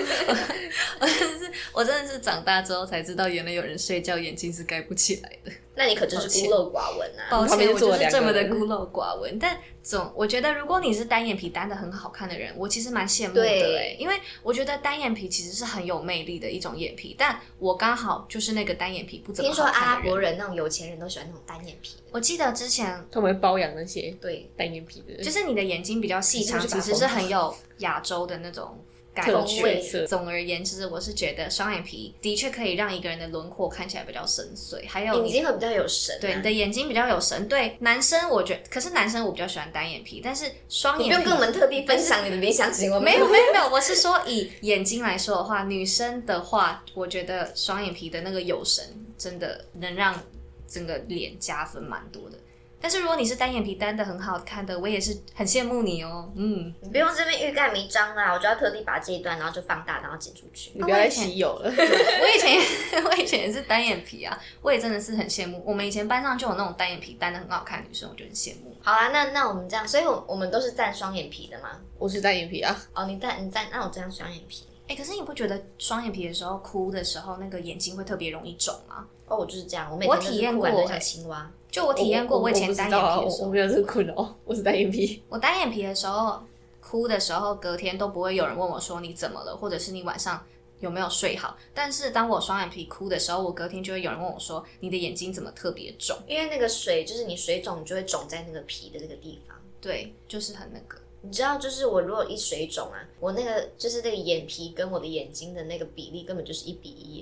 [SPEAKER 2] 我真的是，
[SPEAKER 3] 我真的是长大之后才知道，原来有人睡觉眼睛是盖不起来的。
[SPEAKER 2] 那你可真是孤陋寡闻啊！
[SPEAKER 3] 抱
[SPEAKER 1] 旁
[SPEAKER 3] 歉，
[SPEAKER 1] 边
[SPEAKER 3] 我
[SPEAKER 1] 坐了
[SPEAKER 3] 就是
[SPEAKER 1] 两个
[SPEAKER 3] 这么的
[SPEAKER 1] 人
[SPEAKER 3] 孤陋寡闻。但总我觉得，如果你是单眼皮单的很好看的人，我其实蛮羡慕的、
[SPEAKER 2] 对
[SPEAKER 3] 欸，因为我觉得单眼皮其实是很有魅力的一种眼皮。但我刚好就是那个单眼皮不怎 么
[SPEAKER 2] 听说
[SPEAKER 3] 好
[SPEAKER 2] 阿
[SPEAKER 3] 看
[SPEAKER 2] 拉
[SPEAKER 3] 的人。
[SPEAKER 2] 伯人那种有钱人都喜欢那种单眼皮的。
[SPEAKER 3] 我记得之前
[SPEAKER 1] 他们会包养那些
[SPEAKER 2] 对，
[SPEAKER 1] 单眼皮的人，
[SPEAKER 3] 就是你的眼睛比较细长，
[SPEAKER 1] 其实
[SPEAKER 3] 其
[SPEAKER 1] 就是把
[SPEAKER 3] 实是很有亚洲的那种感
[SPEAKER 1] 特
[SPEAKER 3] 觉
[SPEAKER 1] 缺。色。
[SPEAKER 3] 总而言之，我是觉得双眼皮的确可以让一个人的轮廓看起来比较深邃，还有
[SPEAKER 2] 眼
[SPEAKER 3] 你
[SPEAKER 2] 睛会比较有神、啊。
[SPEAKER 3] 对你的眼睛比较有神。对男生，我觉得，可是男生我比较喜欢单眼皮，但是双
[SPEAKER 2] 你不
[SPEAKER 3] 眼
[SPEAKER 2] 用
[SPEAKER 3] 皮
[SPEAKER 2] 跟我们特地分享你的理想型，我们
[SPEAKER 3] 啊没有没有没有，我是说以眼睛来说的话，女生的话，我觉得双眼皮的那个有神真的能让整个脸加分蛮多的。但是如果你是单眼皮单的很好看的，我也是很羡慕你哦。 嗯，
[SPEAKER 2] 你不用这边欲盖弥彰啦，我就要特地把这一段，然后就放大，然后剪出去。
[SPEAKER 1] 你不要再稀有了，
[SPEAKER 3] 我以前也我以前也是单眼皮啊，我也真的是很羡慕。我们以前班上就有那种单眼皮单的很好看的女生，我就很羡慕。
[SPEAKER 2] 好啦，那那我们这样，所以我我们都是站双眼皮的嘛。
[SPEAKER 1] 我是单眼皮啊，
[SPEAKER 2] 哦，你站你站，那我站双眼皮。
[SPEAKER 3] 哎、可是你不觉得双眼皮的时候哭的时候，那个眼睛会特别容易肿吗？
[SPEAKER 2] 哦，我就是这样，我每
[SPEAKER 3] 我
[SPEAKER 2] 天就是
[SPEAKER 3] 体验
[SPEAKER 2] 哭完
[SPEAKER 3] 过
[SPEAKER 2] 都像
[SPEAKER 3] 欸
[SPEAKER 2] 青蛙。
[SPEAKER 3] 就我体验过，
[SPEAKER 1] 我
[SPEAKER 3] 以前单眼
[SPEAKER 1] 我
[SPEAKER 3] 皮
[SPEAKER 1] 不
[SPEAKER 3] 的
[SPEAKER 1] 知道啊我
[SPEAKER 3] 时
[SPEAKER 1] 我
[SPEAKER 3] 候，
[SPEAKER 1] 没有这个困扰， 我是单眼皮，
[SPEAKER 3] 我单眼皮的时候哭的时候，隔天都不会有人问我说你怎么了，或者是你晚上有没有睡好。但是当我双眼皮哭的时候，我隔天就会有人问我说你的眼睛怎么特别肿？
[SPEAKER 2] 因为那个水就是你水肿，你就会肿在那个皮的那个地方。
[SPEAKER 3] 对，就是很那个。
[SPEAKER 2] 你知道，就是我如果一水肿啊，我那个就是那个眼皮跟我的眼睛的那个比例根本就是一比一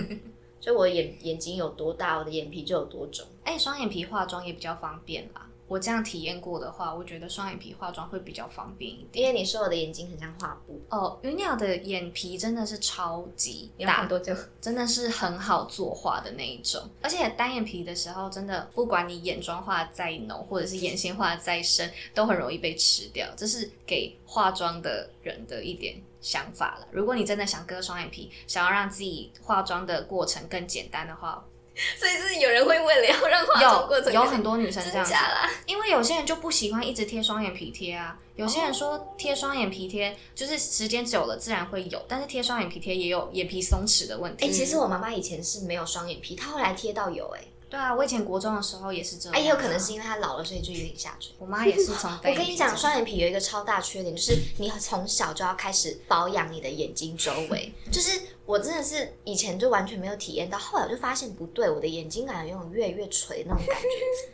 [SPEAKER 2] 耶，就我眼眼睛有多大，我的眼皮就有多肿。
[SPEAKER 3] 哎、双眼皮化妆也比较方便啦。我这样体验过的话，我觉得双眼皮化妆会比较方便一
[SPEAKER 2] 因
[SPEAKER 3] 点。
[SPEAKER 2] 为你说我的眼睛很像画布，
[SPEAKER 3] 哦，鱼鸟的眼皮真的是超级
[SPEAKER 2] 你要看
[SPEAKER 3] 大，
[SPEAKER 2] 多久？
[SPEAKER 3] 真的是很好作画的那一种。而且单眼皮的时候，真的不管你眼妆画得再浓，或者是眼线画得再深，都很容易被吃掉。这是给化妆的人的一点想法了。如果你真的想割双眼皮，想要让自己化妆的过程更简单的话，
[SPEAKER 2] 所以是有人会为了要让化妆过
[SPEAKER 3] 有
[SPEAKER 2] 程
[SPEAKER 3] 有
[SPEAKER 2] 更
[SPEAKER 3] 很多女生这
[SPEAKER 2] 真
[SPEAKER 3] 样子
[SPEAKER 2] 假，啦？
[SPEAKER 3] 因为有些人就不喜欢一直贴双眼皮贴啊，有些人说贴双眼皮贴就是时间久了自然会有，但是贴双眼皮贴也有眼皮松弛的问题。
[SPEAKER 2] 哎、其实我妈妈以前是没有双眼皮，她后来贴到有哎、
[SPEAKER 3] 对啊，我以前国中的时候也是这样、啊
[SPEAKER 2] 哎、也有可能是因为她老了，所以就有点下垂。
[SPEAKER 3] 我妈也是从单
[SPEAKER 2] 啊我
[SPEAKER 3] 眼皮
[SPEAKER 2] 跟你讲，
[SPEAKER 3] 这样
[SPEAKER 2] 双眼皮有一个超大缺点，就是你从小就要开始保养你的眼睛周 围。就是我真的是以前就完全没有体验到，后来我就发现不对，我的眼睛感觉有种越来越垂的那种感觉。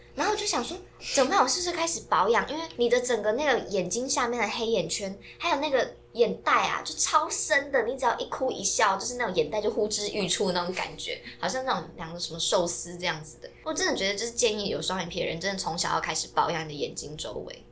[SPEAKER 2] 然后我就想说，怎么办？我是不是开始保养？因为你的整个那个眼睛下面的黑眼圈，还有那个眼袋啊，就超深的。你只要一哭一笑，就是那种眼袋就呼之欲出的那种感觉，好像那种两个什么寿司这样子的。我真的觉得，就是建议有双眼皮的人，真的从小要开始保养你的眼睛周围。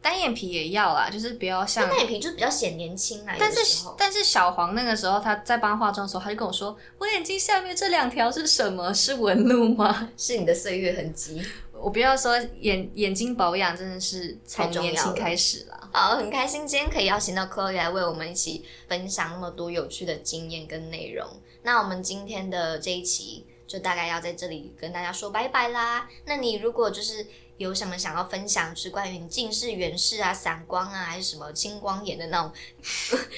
[SPEAKER 3] 单眼皮也要啦，就是不要像
[SPEAKER 2] 单。眼皮就是比较显年轻啊，
[SPEAKER 3] 但
[SPEAKER 2] 有的时
[SPEAKER 3] 是
[SPEAKER 2] 候
[SPEAKER 3] 但是小黄那个时候他在帮她化妆的时候，他就跟我说：“我眼睛下面这两条是什么？是纹路吗
[SPEAKER 2] 是你的岁月痕迹。？”
[SPEAKER 3] 我不要说眼眼睛保养真的是从
[SPEAKER 2] 太重要
[SPEAKER 3] 年轻
[SPEAKER 2] 了
[SPEAKER 3] 开始啦。
[SPEAKER 2] 好，很开心今天可以邀请到 Chloe 来为我们一起分享那么多有趣的经验跟内容。那我们今天的这一期就大概要在这里跟大家说拜拜啦。那你如果就是有什么想要分享，就是关于你近视、远视啊、散光啊，还是什么青光眼的那种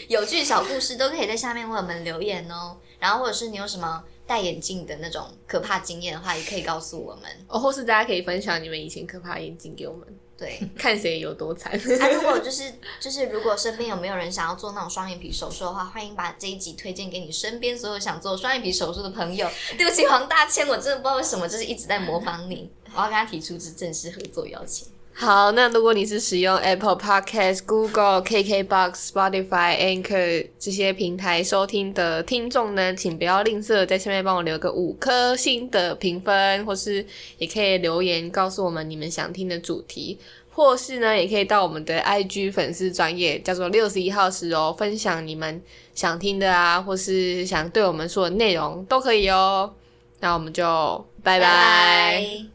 [SPEAKER 2] 有趣小故事，都可以在下面为我们留言哦。然后或者是你有什么戴眼镜的那种可怕经验的话，也可以告诉我们。
[SPEAKER 1] 哦，或是大家可以分享你们以前可怕的眼睛给我们，
[SPEAKER 2] 对，
[SPEAKER 1] 看谁有多惨。
[SPEAKER 2] 啊，如果就是就是，如果身边有没有人想要做那种双眼皮手术的话，欢迎把这一集推荐给你身边所有想做双眼皮手术的朋友。对不起，黄大千，我真的不知道为什么，就是一直在模仿你。我要跟他提出这正式合作邀请。
[SPEAKER 1] 好，那如果你是使用 Apple Podcast、Google、KKBox、Spotify、Anchor 这些平台收听的听众呢，请不要吝啬，在下面帮我留个五颗星的评分，或是也可以留言告诉我们你们想听的主题，或是呢，也可以到我们的 IG 粉丝专业叫做六十一号时哦，分享你们想听的啊，或是想对我们说的内容都可以哦。那我们就拜拜